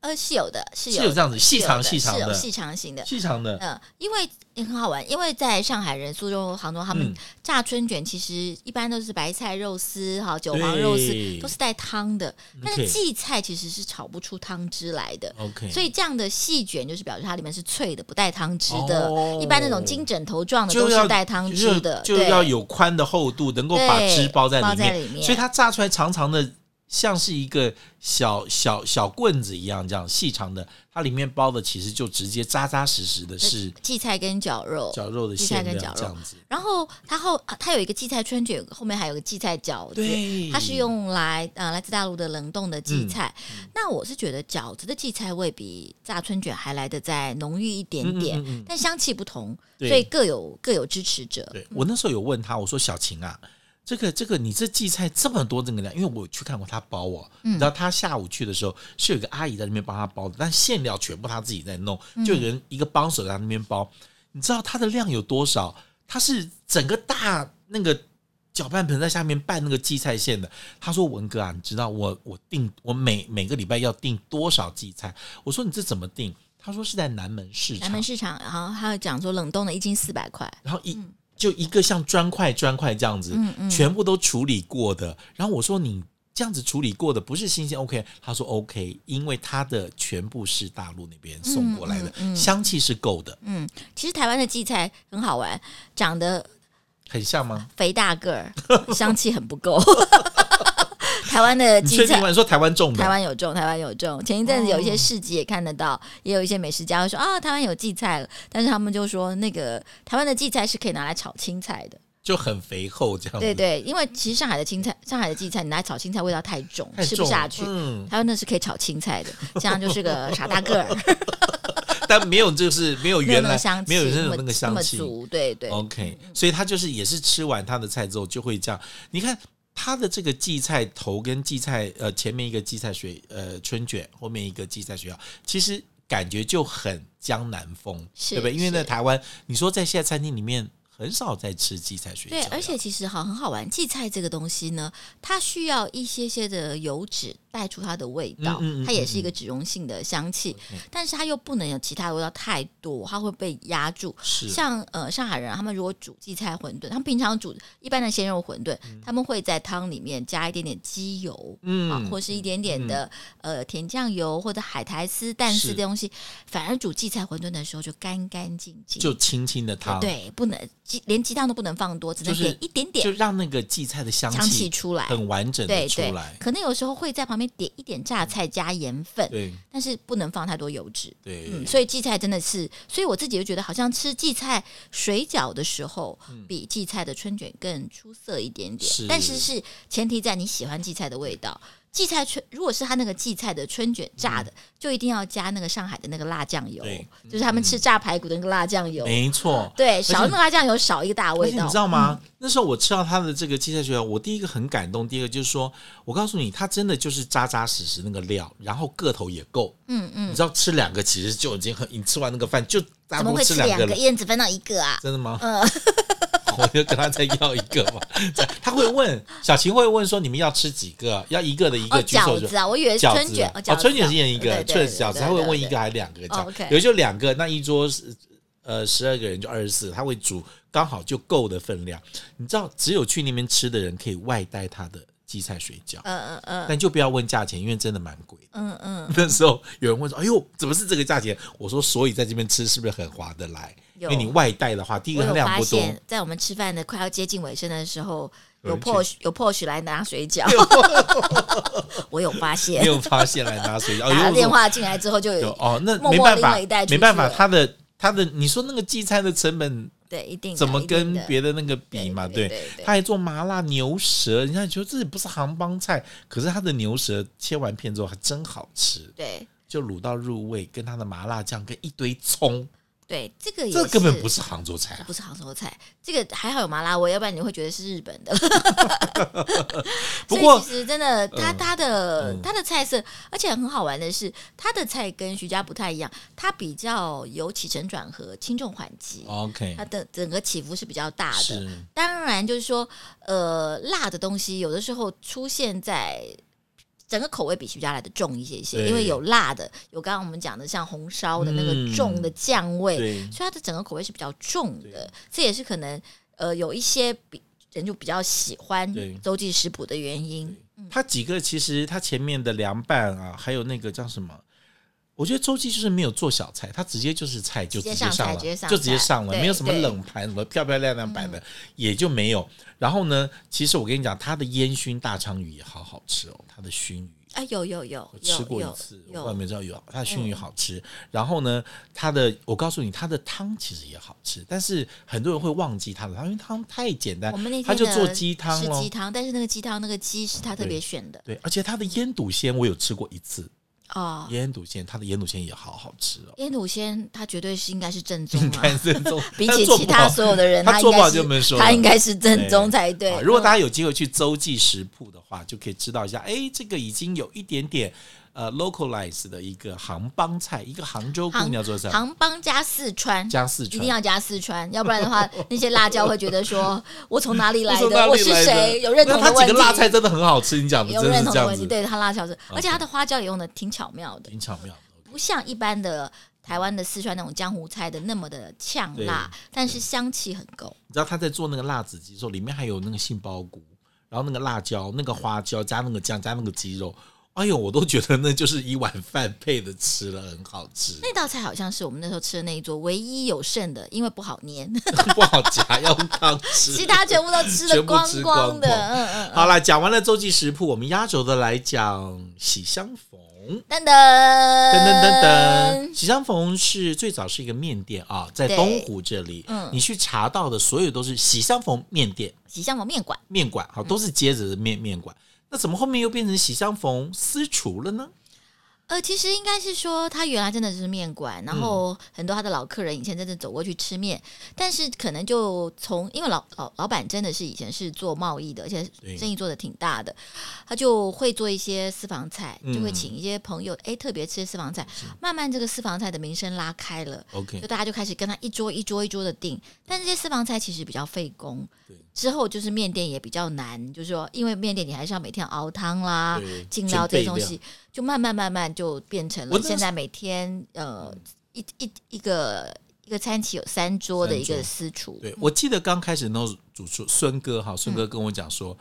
Speaker 2: 呃，是有的，是
Speaker 1: 是
Speaker 2: 有
Speaker 1: 有这样子细
Speaker 2: 是有
Speaker 1: 长
Speaker 2: 的
Speaker 1: 细长
Speaker 2: 是有
Speaker 1: 的
Speaker 2: 细长型的。
Speaker 1: 细长的，
Speaker 2: 嗯，因为也很好玩，因为在上海人、苏州、杭州，他们
Speaker 1: 嗯
Speaker 2: 炸春卷其实一般都是白菜肉丝、哈韭黄肉丝，
Speaker 1: 对嗯
Speaker 2: 都是带汤的。但是
Speaker 1: OK
Speaker 2: 荠菜其实是炒不出汤汁来的，
Speaker 1: OK，
Speaker 2: 嗯所
Speaker 1: 以
Speaker 2: 以这样的细卷就是表示它里面是脆的，不带汤汁的。
Speaker 1: 哦
Speaker 2: 一般那种金枕头状的
Speaker 1: 就
Speaker 2: 都
Speaker 1: 要
Speaker 2: 是带汤汁的，
Speaker 1: 就
Speaker 2: 对
Speaker 1: 要有宽的厚度，能够把
Speaker 2: 对
Speaker 1: 汁包在
Speaker 2: 包
Speaker 1: 里
Speaker 2: 在
Speaker 1: 面，
Speaker 2: 里面
Speaker 1: 所以它炸出来长长的，像是一个小小小棍子一样，这样细长的，它里面包的其实就直接扎扎实实的是
Speaker 2: 荠菜跟绞肉。
Speaker 1: 绞肉的
Speaker 2: 荠菜
Speaker 1: 馅
Speaker 2: 跟
Speaker 1: 料
Speaker 2: 绞
Speaker 1: 这
Speaker 2: 肉
Speaker 1: 样子，
Speaker 2: 然后它后它有一个荠菜春卷，后面还有个荠菜饺子。
Speaker 1: 对，
Speaker 2: 它是用来啊、呃来自大陆的冷冻的荠菜。
Speaker 1: 嗯
Speaker 2: 那我是觉得饺子的荠菜味比炸春卷还来得再浓郁一点点，
Speaker 1: 嗯嗯嗯嗯
Speaker 2: 但香气不同，
Speaker 1: 对
Speaker 2: 所以各有各有支持者。
Speaker 1: 对我那时候有问他，我说小晴啊，这个这个你这荠菜这么多这个量，因为我去看过他包哦，
Speaker 2: 嗯
Speaker 1: 你知道他下午去的时候是有一个阿姨在那边帮他包的，但馅料全部他自己在弄，
Speaker 2: 嗯
Speaker 1: 就有人一个帮手在那边包，你知道它的量有多少？它是整个大那个。搅拌盆在下面拌那个荠菜馅的，他说文哥啊，你知道我我订我每每个礼拜要订多少荠菜？我说你这怎么订？他说是在南门市
Speaker 2: 南
Speaker 1: 场
Speaker 2: 门，市场，然后还有讲说冷冻的一斤四百块，
Speaker 1: 然后一、就一个像砖块砖块这样子，
Speaker 2: 嗯嗯
Speaker 1: 全部都处理过的。然后我说你这样子处理过的不是新鲜，OK？他说 OK，因为他的全部是大陆那边送过来的，
Speaker 2: 嗯嗯嗯
Speaker 1: 香气是够的，
Speaker 2: 嗯，其实台湾的荠菜很好玩，长得
Speaker 1: 很像吗？
Speaker 2: 肥大 个儿，香气很不够。 台湾的
Speaker 1: 你
Speaker 2: 荠
Speaker 1: 确
Speaker 2: 菜
Speaker 1: 定吗？你说台湾种
Speaker 2: 台
Speaker 1: 的，
Speaker 2: 湾有种，台湾有种。前一阵子有一些市集也看得
Speaker 1: 哦
Speaker 2: 到，也有一些美食家会说啊，台湾有荠菜了，但是他们就说那个台湾的荠菜是可以拿来炒青菜的。
Speaker 1: 就很肥厚这样子，
Speaker 2: 对对，因为其实上海的青菜，上海的荠菜你拿来炒青菜味道太重，
Speaker 1: 太
Speaker 2: 吃
Speaker 1: 重
Speaker 2: 不
Speaker 1: 了
Speaker 2: 下去。
Speaker 1: 嗯，
Speaker 2: 台湾那是可以炒青菜的，这样就是个傻大个儿，
Speaker 1: 但没有就是没有
Speaker 2: 没有
Speaker 1: 原
Speaker 2: 那个
Speaker 1: 来
Speaker 2: 香气，
Speaker 1: 没有那
Speaker 2: 那
Speaker 1: 种那
Speaker 2: 么
Speaker 1: 个
Speaker 2: 那
Speaker 1: 香
Speaker 2: 么
Speaker 1: 气，
Speaker 2: 足，对嗯对。
Speaker 1: OK，所以他就是也是吃完他的菜之后就会这样。你看他的这个荠菜头跟荠菜呃前面一个荠菜水呃春卷，后面一个荠菜水饺，其实感觉就很江南风，
Speaker 2: 是
Speaker 1: 对不对？因为在
Speaker 2: 是
Speaker 1: 台湾，你说在现在餐厅里面很少在吃荠菜水饺
Speaker 2: 对
Speaker 1: 了，，
Speaker 2: 而且其实哈很好玩，荠菜这个东西呢，它需要一些些的油脂带出它的味道，
Speaker 1: 嗯嗯嗯
Speaker 2: 它也是一个脂溶性的香气，但是它又不能有其他的味道太多，它会被压住。
Speaker 1: 是
Speaker 2: 像呃上海人啊，他们如果煮荠菜馄饨，他们平常煮一般的鲜肉馄饨，他们会在汤里面加一点点鸡油，啊，
Speaker 1: 嗯
Speaker 2: 或是一点点的、呃甜酱油或者海苔丝、蛋丝
Speaker 1: 是
Speaker 2: 这东西，反而煮荠菜馄饨的时候就干干净净，
Speaker 1: 就清清的汤，，
Speaker 2: 对，不能鸡连鸡汤都不能放多，只能
Speaker 1: 啊就是
Speaker 2: 点一点
Speaker 1: 就
Speaker 2: 点
Speaker 1: 让那个荠菜的香
Speaker 2: 香气出来。
Speaker 1: 很完整
Speaker 2: 对
Speaker 1: 的出
Speaker 2: 对
Speaker 1: 来，，
Speaker 2: 可能有时候会在旁边点一点榨菜加盐分，
Speaker 1: 对
Speaker 2: 但是不能放太多油脂。
Speaker 1: 对
Speaker 2: 嗯，所以荠菜真的是，所以我自己就觉得好像吃荠菜水饺的时候，比荠菜的春卷更出色一点点
Speaker 1: 嗯是。
Speaker 2: 但是是前提在你喜欢荠菜的味道。荠菜春，如果是他那个荠菜的春卷炸的，就一定要加那个上海的那个辣酱
Speaker 1: 嗯
Speaker 2: 油
Speaker 1: 对，嗯
Speaker 2: 就是他们吃炸排骨的那个辣酱油。
Speaker 1: 没错。
Speaker 2: 对，
Speaker 1: 且
Speaker 2: 少那个辣酱油，少一个大
Speaker 1: 而
Speaker 2: 味
Speaker 1: 且
Speaker 2: 道
Speaker 1: 你知。道吗？那时候我吃到他的这个荠菜卷，我第一个很感动，第二个就是说，我告诉你，它真的就是扎扎实实那个料，然后个头也够。
Speaker 2: 嗯嗯，
Speaker 1: 你知道吃两个其实就已经很，你吃完那个饭就差
Speaker 2: 怎
Speaker 1: 不
Speaker 2: 么
Speaker 1: 多
Speaker 2: 会
Speaker 1: 吃
Speaker 2: 吃
Speaker 1: 两
Speaker 2: 两
Speaker 1: 个
Speaker 2: 个
Speaker 1: 了。
Speaker 2: 燕子分到一个啊？
Speaker 1: 真的吗？
Speaker 2: 嗯
Speaker 1: 我就跟他再要一个嘛。他会问小琴会问说你们要吃几个？要一个的一
Speaker 2: 哦，
Speaker 1: 个举手
Speaker 2: 饺
Speaker 1: 就
Speaker 2: 子啊，我以为是
Speaker 1: 饺
Speaker 2: 春
Speaker 1: 子
Speaker 2: 卷
Speaker 1: 啊，
Speaker 2: 饺
Speaker 1: 哦，
Speaker 2: 子
Speaker 1: 春卷是一人一个，
Speaker 2: 对对
Speaker 1: 春
Speaker 2: 对
Speaker 1: 饺子
Speaker 2: 对
Speaker 1: 他会
Speaker 2: 对
Speaker 1: 问一
Speaker 2: 对
Speaker 1: 个还啊两个
Speaker 2: 哦
Speaker 1: 饺，
Speaker 2: ，OK
Speaker 1: 有就两个，那一桌是呃十二个人就二十四，他会煮刚好就够的分量。你知道，只有去那边吃的人可以外带他的荠菜水饺，
Speaker 2: 嗯嗯嗯
Speaker 1: 但就不要问价钱，因为真的蛮贵的。
Speaker 2: 嗯嗯，
Speaker 1: 那时候有人问说：“哎呦，怎么是这个价钱？”我说：“所以在这边吃是不是很划得来？因
Speaker 2: 有
Speaker 1: 哎为你外带的话，第一
Speaker 2: 我
Speaker 1: 个它
Speaker 2: 有
Speaker 1: 量
Speaker 2: 发
Speaker 1: 不多，
Speaker 2: 现，在我们吃饭的快要接近尾声的时候，
Speaker 1: 有
Speaker 2: 有
Speaker 1: 人去
Speaker 2: Porsche 有 Porsche 来拿水饺， 我有发
Speaker 1: 没
Speaker 2: 现。
Speaker 1: 有发现来拿 水饺。
Speaker 2: 打
Speaker 1: 哦
Speaker 2: 了
Speaker 1: 有
Speaker 2: 电话进来之后就
Speaker 1: 有
Speaker 2: 有，
Speaker 1: 哦，那
Speaker 2: 默默
Speaker 1: 没办法
Speaker 2: 拎了一袋，出去
Speaker 1: 没办法，
Speaker 2: 了
Speaker 1: 他的他的，你说那个荠菜的成本
Speaker 2: 对，一定的
Speaker 1: 怎么
Speaker 2: 一定
Speaker 1: 跟
Speaker 2: 的
Speaker 1: 别的那个比嘛？
Speaker 2: 对对
Speaker 1: 对
Speaker 2: 对，对
Speaker 1: 他还做麻辣牛舌，人家觉得这不是杭帮菜，可是他的牛舌切完片之后还真好吃，
Speaker 2: 对
Speaker 1: 就卤到入味，跟他的麻辣酱跟一堆葱，
Speaker 2: 对，这个也
Speaker 1: 这根本不
Speaker 2: 是
Speaker 1: 是杭州菜啊。
Speaker 2: 不是杭州菜，这个还好有麻辣味，要不然你会觉得是日本 的。
Speaker 1: 不
Speaker 2: 所以
Speaker 1: 过
Speaker 2: 其实真的，它
Speaker 1: 嗯
Speaker 2: 它的
Speaker 1: 嗯
Speaker 2: 它的菜色，而且很好玩的是，它的菜跟徐家不太一样，它比较有起承转合，轻重缓急，
Speaker 1: OK，
Speaker 2: 它的整个起伏是比较大的。
Speaker 1: 哦是
Speaker 2: 当然，就是说，呃，辣的东西有的时候出现在整个口味比徐家来的重一些些，
Speaker 1: 对
Speaker 2: 因为有辣的，有刚刚我们讲的像红烧的那
Speaker 1: 嗯
Speaker 2: 个重的酱味，
Speaker 1: 对
Speaker 2: 所以它的整个口味是比较重的
Speaker 1: 对，
Speaker 2: 这也是可能呃有一些比人就比较喜欢
Speaker 1: 对
Speaker 2: 周记食谱的原因。
Speaker 1: 它几个其实它前面的凉拌啊，还有那个叫什么？我觉得周记就是没有做小菜，它直接就是菜就
Speaker 2: 直接
Speaker 1: 接
Speaker 2: 上菜
Speaker 1: 了，
Speaker 2: 直接上
Speaker 1: 就直接
Speaker 2: 菜
Speaker 1: 上了，
Speaker 2: 对
Speaker 1: 没有什么
Speaker 2: 对
Speaker 1: 冷盘，什么漂漂亮亮摆的、也就没有。然后呢，其实我跟你讲，它的烟熏大肠鱼也好好吃哦，它的熏鱼。
Speaker 2: 啊，有有有
Speaker 1: 我，
Speaker 2: 有
Speaker 1: 吃过一
Speaker 2: 有
Speaker 1: 次，我
Speaker 2: 有
Speaker 1: 外面知道有它的熏鱼好吃。然后呢，它的我告诉你，它的汤其实也好吃，但是很多人会忘记它的汤，因为汤太简单
Speaker 2: 我们那，天
Speaker 1: 它就
Speaker 2: 的
Speaker 1: 做鸡汤
Speaker 2: 是
Speaker 1: 咯
Speaker 2: 鸡汤，但是那个鸡汤那个鸡是他特别
Speaker 1: 对
Speaker 2: 选的
Speaker 1: 对，而且它的腌笃鲜我有吃过一次，
Speaker 2: 哦。
Speaker 1: 腌笃鲜，它的腌笃鲜也好好吃 哦。
Speaker 2: 烟土鲜它绝对是应该是正宗
Speaker 1: 你
Speaker 2: 啊，
Speaker 1: 看正宗，
Speaker 2: 比
Speaker 1: 但
Speaker 2: 起
Speaker 1: 做
Speaker 2: 其
Speaker 1: 不
Speaker 2: 他
Speaker 1: 好啊
Speaker 2: 所有 的人，
Speaker 1: 他
Speaker 2: 他
Speaker 1: 做
Speaker 2: 应
Speaker 1: 不好
Speaker 2: 该
Speaker 1: 就没
Speaker 2: 是
Speaker 1: 说
Speaker 2: 他
Speaker 1: 了
Speaker 2: 应该是正宗才对
Speaker 1: 啊。如果大
Speaker 2: 嗯
Speaker 1: 家有机会去周记食铺的话，就可以知道一下，哎，这个已经有一点点呃 localize 的一个杭帮菜，一个杭州姑
Speaker 2: 杭
Speaker 1: 娘做的菜，
Speaker 2: 杭帮加四川，
Speaker 1: 加四
Speaker 2: 一
Speaker 1: 川
Speaker 2: 定。要加四川，要不然的话，那些辣椒会觉 得说我从哪里来
Speaker 1: 我从哪
Speaker 2: 的，
Speaker 1: 里
Speaker 2: 我是
Speaker 1: 来的
Speaker 2: 谁，有认
Speaker 1: 那
Speaker 2: 同
Speaker 1: 它
Speaker 2: 的
Speaker 1: 几
Speaker 2: 问
Speaker 1: 个
Speaker 2: 题，
Speaker 1: 辣菜真的很好吃，你讲的
Speaker 2: 有
Speaker 1: 真的是
Speaker 2: 认同
Speaker 1: 这
Speaker 2: 的
Speaker 1: 样
Speaker 2: 问题。
Speaker 1: 子，嗯
Speaker 2: 对，它辣椒是，而且它的花椒也用的挺巧妙的，
Speaker 1: 挺巧妙的。
Speaker 2: 不像一般的台湾的四川那种江湖菜的那么的呛辣，但是香气很够。
Speaker 1: 你知道他在做那个辣子鸡的时候，里面还有那个杏鲍菇，然后那个辣椒、那个花椒加那个酱加那个鸡肉，哎呦，我都觉得那就是一碗饭配着吃了，很好吃，
Speaker 2: 那道菜好像是我们那时候吃的那一桌唯一有剩的，因为不好 捏，
Speaker 1: 不好夹，要汤
Speaker 2: 其
Speaker 1: 吃。
Speaker 2: 他全部都吃的
Speaker 1: 全部
Speaker 2: 光
Speaker 1: 吃光
Speaker 2: 光的。
Speaker 1: 光
Speaker 2: 嗯嗯
Speaker 1: 好啦，讲完了周记食谱，我们压轴的来讲喜相逢。
Speaker 2: 嗯，噔噔
Speaker 1: 噔噔
Speaker 2: 噔
Speaker 1: 噔噔，喜相逢是最早是一个面店啊，在
Speaker 2: 对
Speaker 1: 东湖这里，
Speaker 2: 嗯
Speaker 1: 你去查到的所有都是喜相逢面店。
Speaker 2: 喜相逢面馆。
Speaker 1: 面馆，好，都是接着的面面馆。那怎么后面又变成喜相逢私厨了呢？
Speaker 2: 呃，其实应该是说，他原来真的是面馆，
Speaker 1: 嗯
Speaker 2: 然后很多他的老客人以前真的走过去吃面，但是可能就从因为老老老板真的是以前是做贸易的，而且
Speaker 1: 对
Speaker 2: 生意做的挺大的，他就会做一些私房菜，就会
Speaker 1: 嗯
Speaker 2: 请一些朋友哎、特别吃私房菜，慢慢这个私房菜的名声拉开了，
Speaker 1: OK
Speaker 2: 就大家就开始跟他一桌一桌一桌的订，但这些私房菜其实比较费工
Speaker 1: 对，
Speaker 2: 之后就是面店也比较难，就是说因为面店你还是要每天熬汤啦
Speaker 1: 对、
Speaker 2: 进料这
Speaker 1: 准备
Speaker 2: 些东西，就慢慢慢慢就变成
Speaker 1: 我
Speaker 2: 了
Speaker 1: 那
Speaker 2: 现在每天呃一一一个一个餐期有三桌的一
Speaker 1: 三桌
Speaker 2: 个私厨，
Speaker 1: 对，我记得刚开始那时候主厨孙哥
Speaker 2: 嗯
Speaker 1: 哈，孙哥跟我讲说，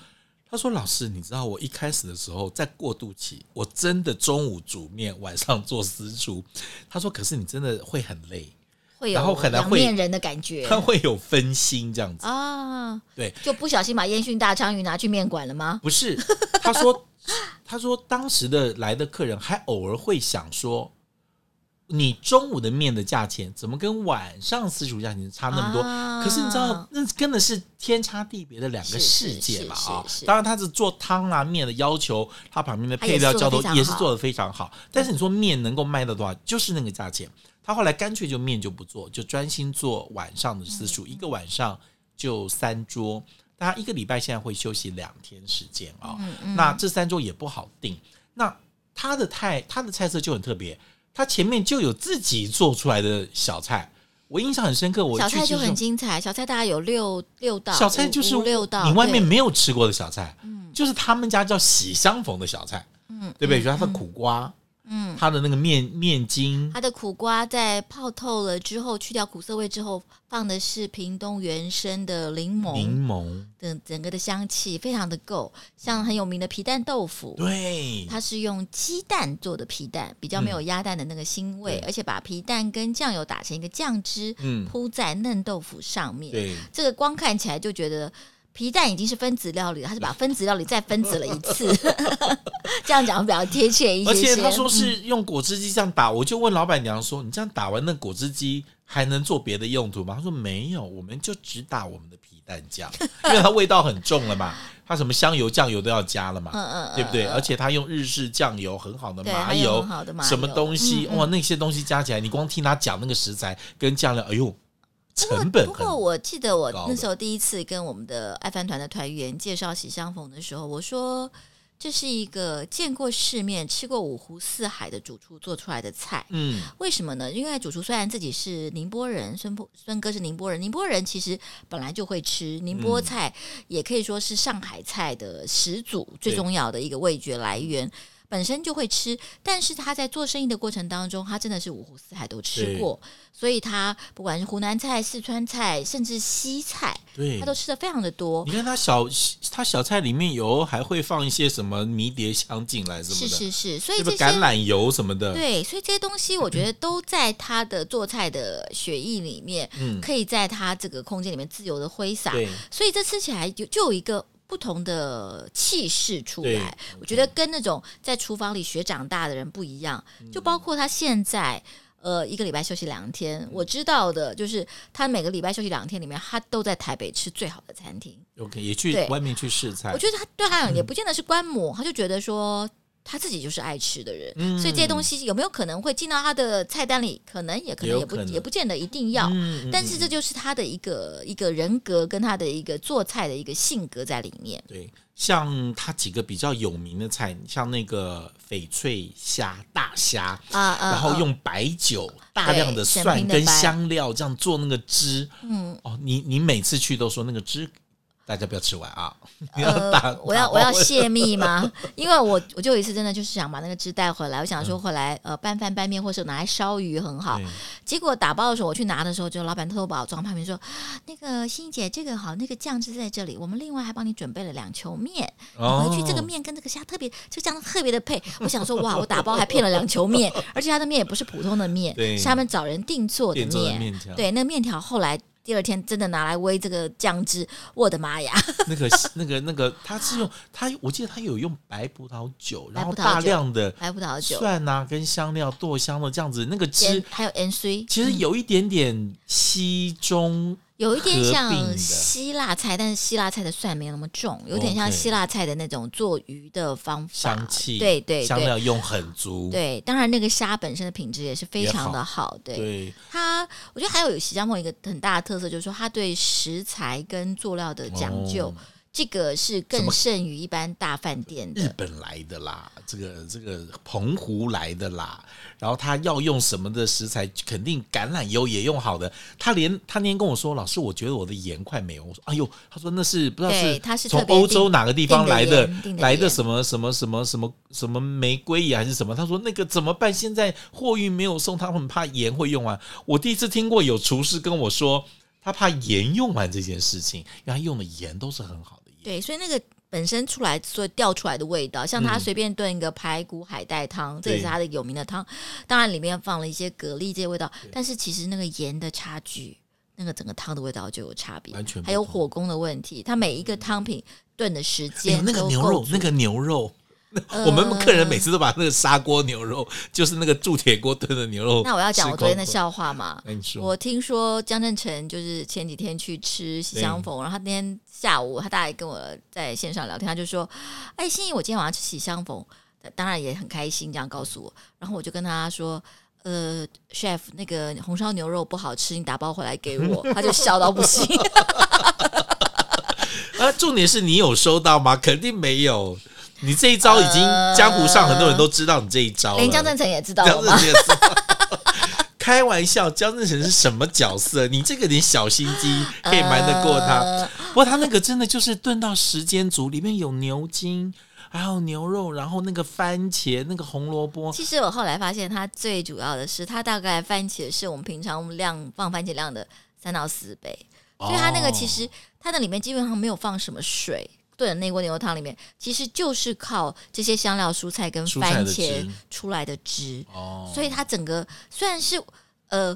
Speaker 1: 他说老师，你知道我一开始的时候在过渡期，我真的中午煮面，晚上做私厨。他说，可是你真的会很累，
Speaker 2: 会
Speaker 1: 然后
Speaker 2: 有
Speaker 1: 可能
Speaker 2: 两
Speaker 1: 会
Speaker 2: 面人的感觉
Speaker 1: 他会有分心这样子。
Speaker 2: 啊，
Speaker 1: 对，
Speaker 2: 就不小心把烟熏大鲳鱼拿去面馆了吗？
Speaker 1: 不是，他说，他说当时的来的客人还偶尔会想说，你中午的面的价钱怎么跟晚上私厨价钱差那么多？
Speaker 2: 啊
Speaker 1: 可是你知道，那真的是天差地别的两个世界嘛
Speaker 2: 是是
Speaker 1: 啊
Speaker 2: 是！是
Speaker 1: 当然，它是做汤啦、面的要求，它旁边的配料叫做
Speaker 2: 它
Speaker 1: 也
Speaker 2: 也
Speaker 1: 是
Speaker 2: 是
Speaker 1: 做
Speaker 2: 做
Speaker 1: 的非常好。但是你说面能够卖到多少，就是那个价钱。他后来干脆就面就不做，就专心做晚上的私
Speaker 2: 嗯
Speaker 1: 厨，一个晚上就三桌。大家一个礼拜现在会休息两天时间啊、
Speaker 2: 嗯嗯
Speaker 1: 那这三桌也不好定。那他的菜，他的菜色就很特别，他前面就有自己做出来的小菜。我印象很深刻，我
Speaker 2: 小
Speaker 1: 去
Speaker 2: 菜
Speaker 1: 吃
Speaker 2: 就
Speaker 1: 这种
Speaker 2: 很精彩，小菜大概有六六道，
Speaker 1: 小菜
Speaker 2: 啊五
Speaker 1: 就是
Speaker 2: 五六道，
Speaker 1: 你外
Speaker 2: 对
Speaker 1: 面没有吃过的小菜，就是他们家叫喜相逢的小菜，
Speaker 2: 嗯
Speaker 1: 对不对？
Speaker 2: 嗯
Speaker 1: 比如它的苦瓜，
Speaker 2: 嗯，
Speaker 1: 它的那个面面筋，
Speaker 2: 它的苦瓜在泡透了之后，去掉苦涩味之后，放的是屏东原生的柠檬
Speaker 1: 柠檬，
Speaker 2: 等整个的香气非常的够，像很有名的皮蛋豆腐。
Speaker 1: 对，
Speaker 2: 它是用鸡蛋做的皮蛋，比较没有鸭蛋的那个腥味，
Speaker 1: 嗯对
Speaker 2: 而且把皮蛋跟酱油打成一个酱汁，
Speaker 1: 嗯，
Speaker 2: 铺在嫩豆腐上面。
Speaker 1: 对，
Speaker 2: 这个光看起来就觉得皮蛋已经是分子料理了，它是把分子料理再分子了一次， 这样讲比较贴切一些
Speaker 1: 而
Speaker 2: 些。
Speaker 1: 且他说是用果汁机这样打，我就问老板娘说：“你这样打完那果汁机还能做别的用途吗？”他说：“没有，我们就只打我们的皮蛋酱，因为它味道很重了嘛，它什么香油、酱油都要加了嘛。”
Speaker 2: 嗯，嗯嗯，
Speaker 1: 对不对？
Speaker 2: 嗯
Speaker 1: 而且他用日式酱油，很好的
Speaker 2: 对
Speaker 1: 麻
Speaker 2: 它用
Speaker 1: 油，
Speaker 2: 很好的麻油
Speaker 1: 什么东西、
Speaker 2: 嗯嗯
Speaker 1: 哇，那些东西加起来，你光听他讲那个食材跟酱料，哎呦，成本
Speaker 2: 不
Speaker 1: 很
Speaker 2: 过我记得我
Speaker 1: 高
Speaker 2: 那
Speaker 1: 的
Speaker 2: 时候第一次跟我们的爱饭团的团员介绍喜相逢的时候，我说这是一个见过世面、吃过五湖四海的主厨做出来的菜。
Speaker 1: 嗯，
Speaker 2: 为什么呢？因为主厨虽然自己是宁波人，孙波孙哥是宁波人，宁波人其实本来就会吃宁波
Speaker 1: 嗯
Speaker 2: 菜，也可以说是上海菜的始祖，最重要的一个味觉来源。本身就会吃，但是他在做生意的过程当中，他真的是五湖四海都吃过，所以他不管是湖南菜、四川菜，甚至西菜，
Speaker 1: 对
Speaker 2: 他。都吃的非常的多
Speaker 1: 你。看他小他小菜里面有还会放一些什么迷迭香进来什么的，
Speaker 2: 是是是，所以
Speaker 1: 什
Speaker 2: 这
Speaker 1: 么
Speaker 2: 些
Speaker 1: 橄榄油什么的，
Speaker 2: 对，所以这些东西我觉得都在他的做菜的血液里面，
Speaker 1: 嗯
Speaker 2: 可以在他这个空间里面自由的挥洒，
Speaker 1: 对
Speaker 2: 所以这吃起来就就有一个。不同的气势出
Speaker 1: 对
Speaker 2: 来，我觉得跟那种在厨房里学长大的人不一样。
Speaker 1: 嗯
Speaker 2: 就包括他现在，呃，一个礼拜休息两天，我知道的就是他每个礼拜休息两天里面，他都在台北吃最好的餐厅。
Speaker 1: ，OK，也去
Speaker 2: 对
Speaker 1: 外面去试菜
Speaker 2: 我，觉得他对他来讲也
Speaker 1: 嗯
Speaker 2: 不见得是观摩，他就觉得说他自己就是爱吃的人，
Speaker 1: 嗯
Speaker 2: 所以这些东西有没有可能会进到他的菜单里？可能也可能
Speaker 1: 有
Speaker 2: 也不
Speaker 1: 可能
Speaker 2: 也不见得一定要。
Speaker 1: 嗯嗯
Speaker 2: 哦但是这就是他的一个一个人格跟他的一个做菜的一个性格在里面。
Speaker 1: 对，像他几个比较有名的菜，像那个翡翠虾、大虾，
Speaker 2: 啊啊
Speaker 1: 然后用白酒、大
Speaker 2: 对
Speaker 1: 量的
Speaker 2: 神
Speaker 1: 蒜
Speaker 2: 明的
Speaker 1: 跟
Speaker 2: 白
Speaker 1: 香料这样做那个汁。
Speaker 2: 嗯，
Speaker 1: 哦，你你每次去都说那个汁，大家不要吃完啊！你要打，
Speaker 2: 呃，我要
Speaker 1: 打
Speaker 2: 我要
Speaker 1: 包
Speaker 2: 泄密吗？ 因为我我就有一次真的就是想把那个汁带回来，我想
Speaker 1: 嗯
Speaker 2: 说回来呃拌饭拌面或是拿来烧鱼很好
Speaker 1: 对。
Speaker 2: 结果打包的时候我去拿的时候，就老板偷偷把我装旁边说，那个欣怡姐这个好，那个酱汁在这里，我们另外还帮你准备了两球面，
Speaker 1: 哦
Speaker 2: 回去这个面跟这个虾特别，这个酱特别的配。我想说哇，我打包还骗了两球面，而且它的面也不是普通的面，
Speaker 1: 对
Speaker 2: 是他们找人定做的
Speaker 1: 变做的
Speaker 2: 面。
Speaker 1: 面条，
Speaker 2: 对，那个面条后来第二天真的拿来煨这个酱汁，我的妈呀！
Speaker 1: 那个那个那个，他是用他，我记得他有用白葡萄酒，然
Speaker 2: 白
Speaker 1: 后
Speaker 2: 葡萄
Speaker 1: 大
Speaker 2: 酒
Speaker 1: 量的
Speaker 2: 白葡萄酒。
Speaker 1: 蒜啊跟香料剁香了这样子，那个汁
Speaker 2: 煎嗯还有 N C，
Speaker 1: 其实有一点点西中
Speaker 2: 有一点
Speaker 1: 合并的
Speaker 2: 像希腊菜，但是希腊菜的蒜没有那么重，有点像
Speaker 1: OK
Speaker 2: 希腊菜的那种做鱼的方法。
Speaker 1: 香气，
Speaker 2: 啊对对
Speaker 1: 香
Speaker 2: 对
Speaker 1: 料用很足，
Speaker 2: 对，当然那个虾本身的品质也是非常的好。对
Speaker 1: 对
Speaker 2: 它，我觉得还有喜江梦一个很大的特色，就是说它对食材跟做料的讲究，
Speaker 1: 哦
Speaker 2: 这个是
Speaker 1: 什
Speaker 2: 更
Speaker 1: 么
Speaker 2: 胜于一般大饭店
Speaker 1: 日
Speaker 2: 的。
Speaker 1: 本来的啦，这个这个澎湖来的啦，然后他要用什么的食材，肯定橄榄油也用好的。他连他那天跟我说，老师，我觉得我的盐快没有。我说，哎呦，他说那是不知道
Speaker 2: 对
Speaker 1: 是
Speaker 2: 他是
Speaker 1: 从
Speaker 2: 特别
Speaker 1: 欧洲
Speaker 2: 定
Speaker 1: 哪个地方
Speaker 2: 定的
Speaker 1: 来的
Speaker 2: 盐定的
Speaker 1: 来的
Speaker 2: 盐
Speaker 1: 什么什么什么什么什么玫瑰盐还是什么？他说那个怎么办？现在货运没有送，他们怕盐会用完。我第一次听过有厨师跟我说，他怕盐用完这件事情，因为他用的盐都是很好的盐。
Speaker 2: 对，所以那个本身出来所调出来的味道，像他随便炖一个排骨海带汤，这也
Speaker 1: 嗯
Speaker 2: 是
Speaker 1: 对
Speaker 2: 他的有名的汤。当然里面放了一些蛤蜊这些味道，但是其实那个盐的差距，那个整个汤的味道就有差别。
Speaker 1: 完全不
Speaker 2: 还有
Speaker 1: 同嗯
Speaker 2: 火功的问题，它每一个汤品炖的时
Speaker 1: 哎呦
Speaker 2: 间、呃
Speaker 1: 那个牛肉，那
Speaker 2: 个
Speaker 1: 个牛肉。我们客人每次都把那个砂锅牛肉，就是那个铸铁锅炖的牛肉吃光光。
Speaker 2: 那我要讲我昨天的笑话嘛。
Speaker 1: 哎，你说
Speaker 2: 我听说江振成就是前几天去吃西乡逢，然后他那天下午他大概跟我在线上聊天，他就说：“哎，心怡，我今天晚上去西乡逢，当然也很开心。”这样告诉我，然后我就跟他说。呃，chef，那个红烧牛肉不好吃，你打包回来给我。他就笑到不 行。
Speaker 1: 啊，重点是你有收到吗？肯定没有。你这一招已经江湖上很多人都知道你这一招了，
Speaker 2: 连哎江振成也知道
Speaker 1: 江
Speaker 2: 了
Speaker 1: 正
Speaker 2: 吗？
Speaker 1: 成也知道。 开玩笑，江正成是什么角色？你这个连小心 机可以瞒得过他？
Speaker 2: 呃
Speaker 1: 不过他那个真的就是炖到时间足，里面有牛筋，还有牛肉，然后那个番茄，那个红萝卜，
Speaker 2: 其实我后来发现，它最主要的是，它大概番茄是我们平常量放番茄量的三到四倍，所以它
Speaker 1: 哦
Speaker 2: 那个其实它那里面基本上没有放什么水。炖的那锅牛肉汤里面，其实就是靠这些香料、蔬菜跟
Speaker 1: 蔬菜
Speaker 2: 番
Speaker 1: 的
Speaker 2: 茄
Speaker 1: 汁
Speaker 2: 出来的汁，
Speaker 1: 哦，
Speaker 2: 所以它整个虽然是呃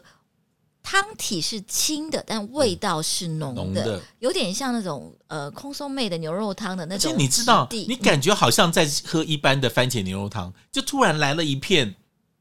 Speaker 2: 汤体是清的，但味道是浓
Speaker 1: 嗯浓
Speaker 2: 的，
Speaker 1: 的。
Speaker 2: 有点像那种呃空松妹的牛肉汤的那
Speaker 1: 而且
Speaker 2: 种质地。
Speaker 1: 你知道，你感觉好像在喝一般的番茄牛肉汤，就突然来了一片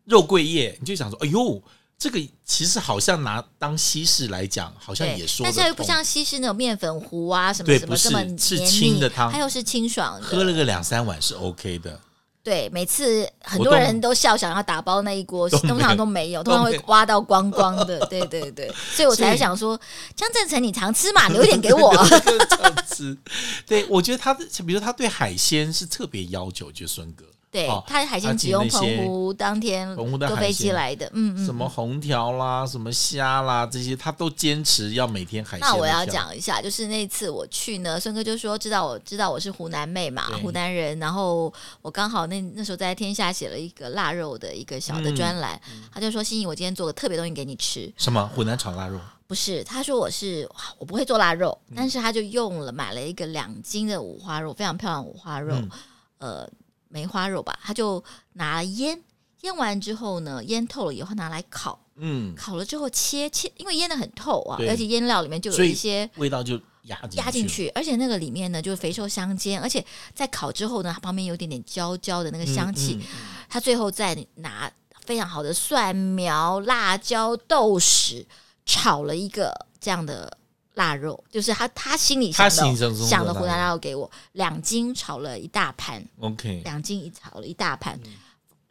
Speaker 1: 肉桂叶，你就想说：“哎呦，这个其实好像拿当西式来讲，好像
Speaker 2: 对，
Speaker 1: 也说得通，
Speaker 2: 但是它又不像西式那种面粉糊啊什么
Speaker 1: 对
Speaker 2: 什么
Speaker 1: 不是
Speaker 2: 这么黏
Speaker 1: 是
Speaker 2: 腻
Speaker 1: 清的汤
Speaker 2: 它又是清爽的。
Speaker 1: 喝了个两三碗是 OK 的。
Speaker 2: 对，每次很
Speaker 1: 我
Speaker 2: 多
Speaker 1: 都
Speaker 2: 人都笑想要打包那一锅，
Speaker 1: 都没有
Speaker 2: 通常都没有，
Speaker 1: 都
Speaker 2: 通常会
Speaker 1: 没有
Speaker 2: 挖到光光的。对对 对，所以我
Speaker 1: 所
Speaker 2: 才
Speaker 1: 以
Speaker 2: 想说，江正成你常吃嘛，啊留一点给我。
Speaker 1: 对这样子。对，我觉得他的，比如他对海鲜是特别要求，就孙哥
Speaker 2: 对
Speaker 1: 哦，
Speaker 2: 他的海鲜只用澎湖当天
Speaker 1: 澎湖的
Speaker 2: 坐
Speaker 1: 海
Speaker 2: 飞机
Speaker 1: 鲜
Speaker 2: 来的。嗯嗯。
Speaker 1: 什么红条啦、什么虾啦这些，他都坚持要每天海鲜。
Speaker 2: 那我要，讲一下，就是那次我去呢，孙哥就说知道我知道我是湖南妹嘛
Speaker 1: 对，
Speaker 2: 湖南人，然后我刚好那那时候在天下写了一个腊肉的一个小的
Speaker 1: 嗯
Speaker 2: 专栏，他就说心怡，我今天做个特别东西给你吃，
Speaker 1: 什么湖南炒腊肉，
Speaker 2: 不是，他说我是哇我不会做腊肉，
Speaker 1: 嗯
Speaker 2: 但是他就用了买了一个两斤的五花肉，非常漂亮的五花肉，
Speaker 1: 嗯
Speaker 2: 呃，梅花肉吧，他就拿来腌，腌完之后呢，腌透了以后拿来烤。
Speaker 1: 嗯，
Speaker 2: 烤了之后切切，因为腌的很透啊，
Speaker 1: 对
Speaker 2: 而且腌料里面就有
Speaker 1: 所以
Speaker 2: 一些
Speaker 1: 味道就压进
Speaker 2: 压进
Speaker 1: 去
Speaker 2: 去，而且那个里面呢，就是肥瘦相间，而且在烤之后呢，它旁边有一点点焦焦的那个
Speaker 1: 了
Speaker 2: 香气，
Speaker 1: 嗯嗯
Speaker 2: 它最后再拿非常好的蒜苗、辣椒、豆豉炒了一个这样的腊肉，就是他他心里
Speaker 1: 嗯
Speaker 2: 想
Speaker 1: 他心里想
Speaker 2: 的哦
Speaker 1: 中的
Speaker 2: 想的
Speaker 1: 腊
Speaker 2: 湖南
Speaker 1: 肉
Speaker 2: 腊肉给我两斤炒了一大盘，
Speaker 1: OK，
Speaker 2: 两斤一炒了一大盘，
Speaker 1: 嗯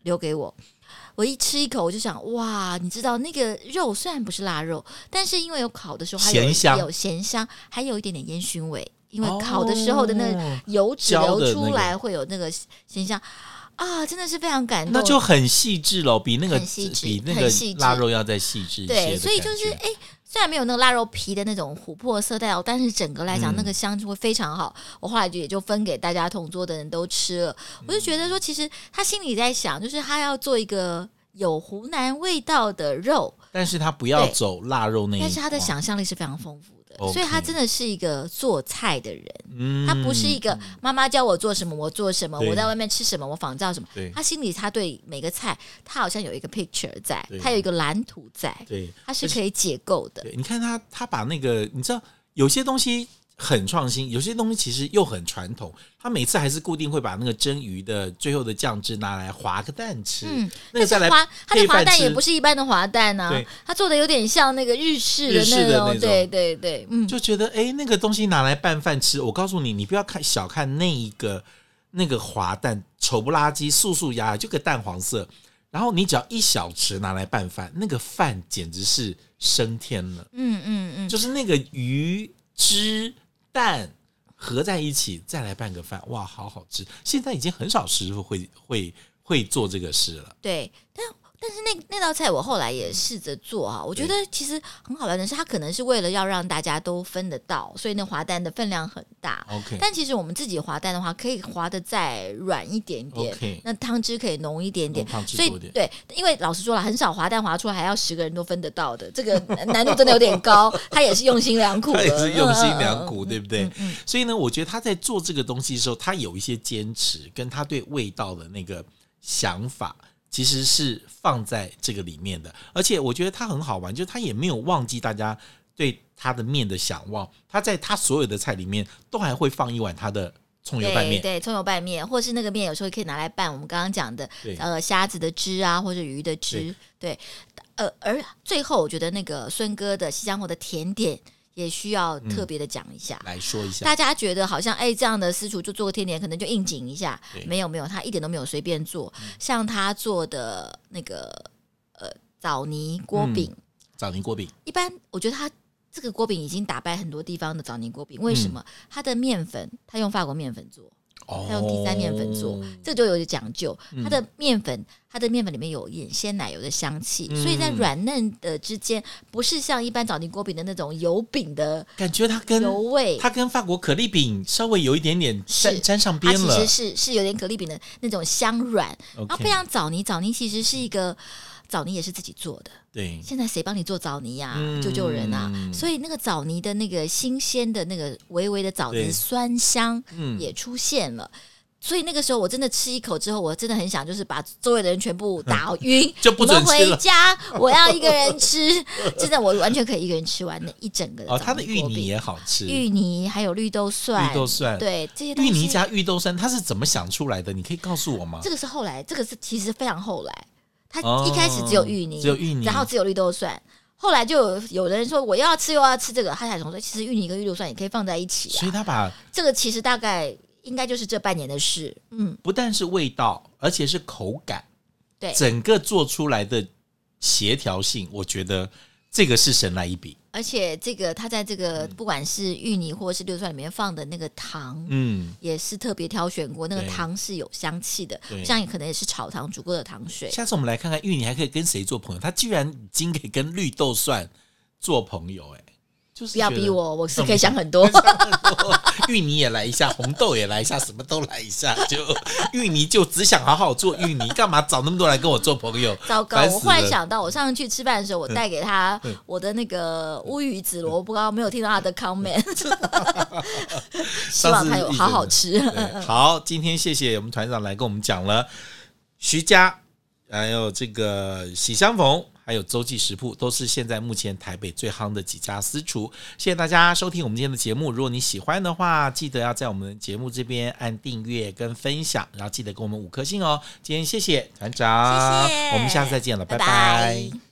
Speaker 2: 留给我。我一吃一口，我就想，哇，你知道那个肉虽然不是腊肉，但是因为有烤的时候还有
Speaker 1: 咸香
Speaker 2: 有咸香，还有一点点烟熏味，因为烤的时候的那
Speaker 1: 哦
Speaker 2: 油脂
Speaker 1: 焦的
Speaker 2: 流
Speaker 1: 那个
Speaker 2: 出来会有那个咸香，啊，真的是非常感动。
Speaker 1: 那就很细致了，比那个
Speaker 2: 很细致
Speaker 1: 比那个
Speaker 2: 很细致
Speaker 1: 腊肉要再细致一些的感
Speaker 2: 对，
Speaker 1: 觉。
Speaker 2: 所以就是哎、虽然没有那个腊肉皮的那种琥珀色带哦，但是整个来讲
Speaker 1: 嗯
Speaker 2: 那个香就会非常好。我后来就也就分给大家同桌的人都吃了，我就觉得说，其实他心里在想，就是他要做一个。有湖南味道的肉，
Speaker 1: 但是他不要
Speaker 2: 对
Speaker 1: 走腊肉那一
Speaker 2: 但是他的
Speaker 1: 块，
Speaker 2: 想象力是非常丰富的，
Speaker 1: 哎 OK
Speaker 2: 所以他真的是一个做菜的人。
Speaker 1: 嗯
Speaker 2: 他不是一个妈妈教我做什么我做什么，
Speaker 1: 对
Speaker 2: 我在外面吃什么我仿照什么
Speaker 1: 对。
Speaker 2: 他心里他对每个菜，他好像有一个 picture 在
Speaker 1: 对，
Speaker 2: 他有一个蓝图在，
Speaker 1: 对
Speaker 2: 他是可以解构的。
Speaker 1: 对，你看他他把那个你知道有些东西很创新，有些东西其实又很传统，他每次还是固定会把那个蒸鱼的最后的酱汁拿来滑个蛋吃，
Speaker 2: 嗯，
Speaker 1: 那个再来
Speaker 2: 滑它的
Speaker 1: 配饭
Speaker 2: 滑蛋
Speaker 1: 吃
Speaker 2: 也不是一般的滑蛋啊
Speaker 1: 对，
Speaker 2: 它做的有点像那个日式的
Speaker 1: 日式的
Speaker 2: 种，
Speaker 1: 那种
Speaker 2: 对对对，嗯，
Speaker 1: 就觉得哎、诶那个东西拿来拌饭吃，我告诉你，你不要看小看那一个那个滑蛋，丑不拉几、素素牙牙，就个淡黄色。然后你只要一小匙拿来拌饭，那个饭简直是升天了，
Speaker 2: 嗯嗯嗯，
Speaker 1: 就是那个鱼汁蛋合在一起再来拌个饭，哇，好好吃！现在已经很少师傅会会会做这个事了，
Speaker 2: 对，但。但是那那道菜我后来也试着做啊，我觉得其实很好玩的是，它可能是为了要让大家都分得到，所以那滑蛋的分量很大。
Speaker 1: OK
Speaker 2: 但其实我们自己滑蛋的话，可以滑的再软一点点
Speaker 1: OK
Speaker 2: 那汤汁可以浓一点点
Speaker 1: 浓汤。汁
Speaker 2: 所以
Speaker 1: 多一点
Speaker 2: 对，因为老实说了，很少滑蛋滑出来还要十个人都分得到的，这个 难度真的有点高。他也是用心良苦
Speaker 1: 他
Speaker 2: 了，
Speaker 1: 也是用心
Speaker 2: 嗯
Speaker 1: 良。
Speaker 2: 嗯嗯
Speaker 1: 苦，对不对？所以呢，我觉得他在做这个东西的时候，他有一些坚持，跟他对味道的那个想法，其实是放在这个里面的。而且我觉得他很好玩，就是他也没有忘记大家对他的面的想望。他在他所有的菜里面都还会放一碗他的葱油拌面，
Speaker 2: 对，葱油拌面，或是那个面有时候可以拿来拌我们刚刚讲的
Speaker 1: 对
Speaker 2: 呃虾子的汁啊，或者鱼的汁，对，呃，而最后我觉得那个孙哥的西江湖的甜点也需要
Speaker 1: 嗯
Speaker 2: 特别的讲一下。
Speaker 1: 来说一下。
Speaker 2: 大家觉得好像哎，这样的私厨就做个甜点，可能就应景一下
Speaker 1: 对。嗯
Speaker 2: 没有没有，他一点都没有随便做。像他做的那个呃枣泥锅饼，
Speaker 1: 嗯枣泥锅饼，
Speaker 2: 一般我觉得它这个锅饼已经打败很多地方的枣泥锅饼，为什么？
Speaker 1: 嗯
Speaker 2: 它的面粉，它用法国面粉做，
Speaker 1: 哦，
Speaker 2: 它用第三面粉做，这就有点讲究。
Speaker 1: 嗯
Speaker 2: 它的面粉，它的面粉里面有点鲜奶油的香气，
Speaker 1: 嗯
Speaker 2: 所以在软嫩的之间，不是像一般枣泥锅饼的那种油饼的
Speaker 1: 感觉它跟
Speaker 2: 油味。
Speaker 1: 嗯它跟法国可丽饼稍微有一点点沾
Speaker 2: 是
Speaker 1: 沾上
Speaker 2: 它
Speaker 1: 边
Speaker 2: 其
Speaker 1: 了
Speaker 2: 实，是是有点可丽饼的那种香软，啊然后
Speaker 1: OK，
Speaker 2: 配上枣泥，枣泥其实是一个枣泥也是自己做的，
Speaker 1: 对，
Speaker 2: 现在谁帮你做枣泥呀、
Speaker 1: 嗯
Speaker 2: 救救人啊！所以那个枣泥的那个新鲜的那个微微的枣
Speaker 1: 对
Speaker 2: 子酸香
Speaker 1: 嗯
Speaker 2: 也出现了。所以那个时候，我真的吃一口之后，我真的很想就是把周围的人全部打
Speaker 1: ，
Speaker 2: 晕
Speaker 1: 就不
Speaker 2: 你
Speaker 1: 准
Speaker 2: 们
Speaker 1: 吃了
Speaker 2: 回家，我要一个人吃。 真的，我完全可以一个人吃完那一整个
Speaker 1: 哦，
Speaker 2: 枣
Speaker 1: 它的芋
Speaker 2: 锅
Speaker 1: 泥
Speaker 2: 饼、
Speaker 1: 也好吃，芋
Speaker 2: 芋泥还有绿豆蒜、
Speaker 1: 豆蒜，
Speaker 2: 对这些东
Speaker 1: 芋
Speaker 2: 西
Speaker 1: 泥加芋豆酸，它是怎么想出来的？你可以告诉我吗？
Speaker 2: 这个是后来，这个是其实非常后来，它
Speaker 1: 哦
Speaker 2: 一开始只有芋泥，
Speaker 1: 只有芋泥
Speaker 2: 然后只有绿豆蒜。后来就有有的人说我又要吃又要吃这个，他才想说其实芋泥跟绿豆蒜也可以放在一起
Speaker 1: 所
Speaker 2: 啊。
Speaker 1: 以它把
Speaker 2: 这个其实大概应该就是这半年的事，嗯，
Speaker 1: 不但是味道，而且是口感，
Speaker 2: 对
Speaker 1: 整个做出来的协调性，我觉得这个是神来一笔。
Speaker 2: 而且这个他在这个不管是芋泥或是绿豆蒜里面放的那个糖。
Speaker 1: 嗯，
Speaker 2: 也是特别挑选过，那个
Speaker 1: 对
Speaker 2: 糖是有香气的
Speaker 1: 对，
Speaker 2: 像也可能也是炒糖煮过的糖水。
Speaker 1: 下次我们来看看芋泥还可以跟谁做朋友？它居然已经可以跟绿豆蒜做朋友、哎，就是
Speaker 2: 不要
Speaker 1: 觉得
Speaker 2: 逼我，我是
Speaker 1: 嗯
Speaker 2: 可以想很多。
Speaker 1: 芋泥也来一下，红豆也来一下，什么都来一下。就芋泥就只想好好做芋泥，干嘛找那么多来跟我做朋友？
Speaker 2: 糟糕！
Speaker 1: 烦死
Speaker 2: 我忽然
Speaker 1: 了嗯
Speaker 2: 想到，我上次去吃饭的时候，我带给他我的那个乌鱼子萝卜糕，没有听到他的 comment，希
Speaker 1: 嗯
Speaker 2: 望他有好好吃。
Speaker 1: 对好，今天谢谢我们团长来跟我们讲了徐家，还有这个喜相逢，还有周记食铺，都是现在目前台北最夯的几家私厨。谢谢大家收听我们今天的节目，如果你喜欢的话，记得要在我们节目这边按订阅跟分享，然后记得给我们五颗星哦。今天谢谢团长，
Speaker 2: 谢谢
Speaker 1: 我们下次再见了，拜
Speaker 2: 拜拜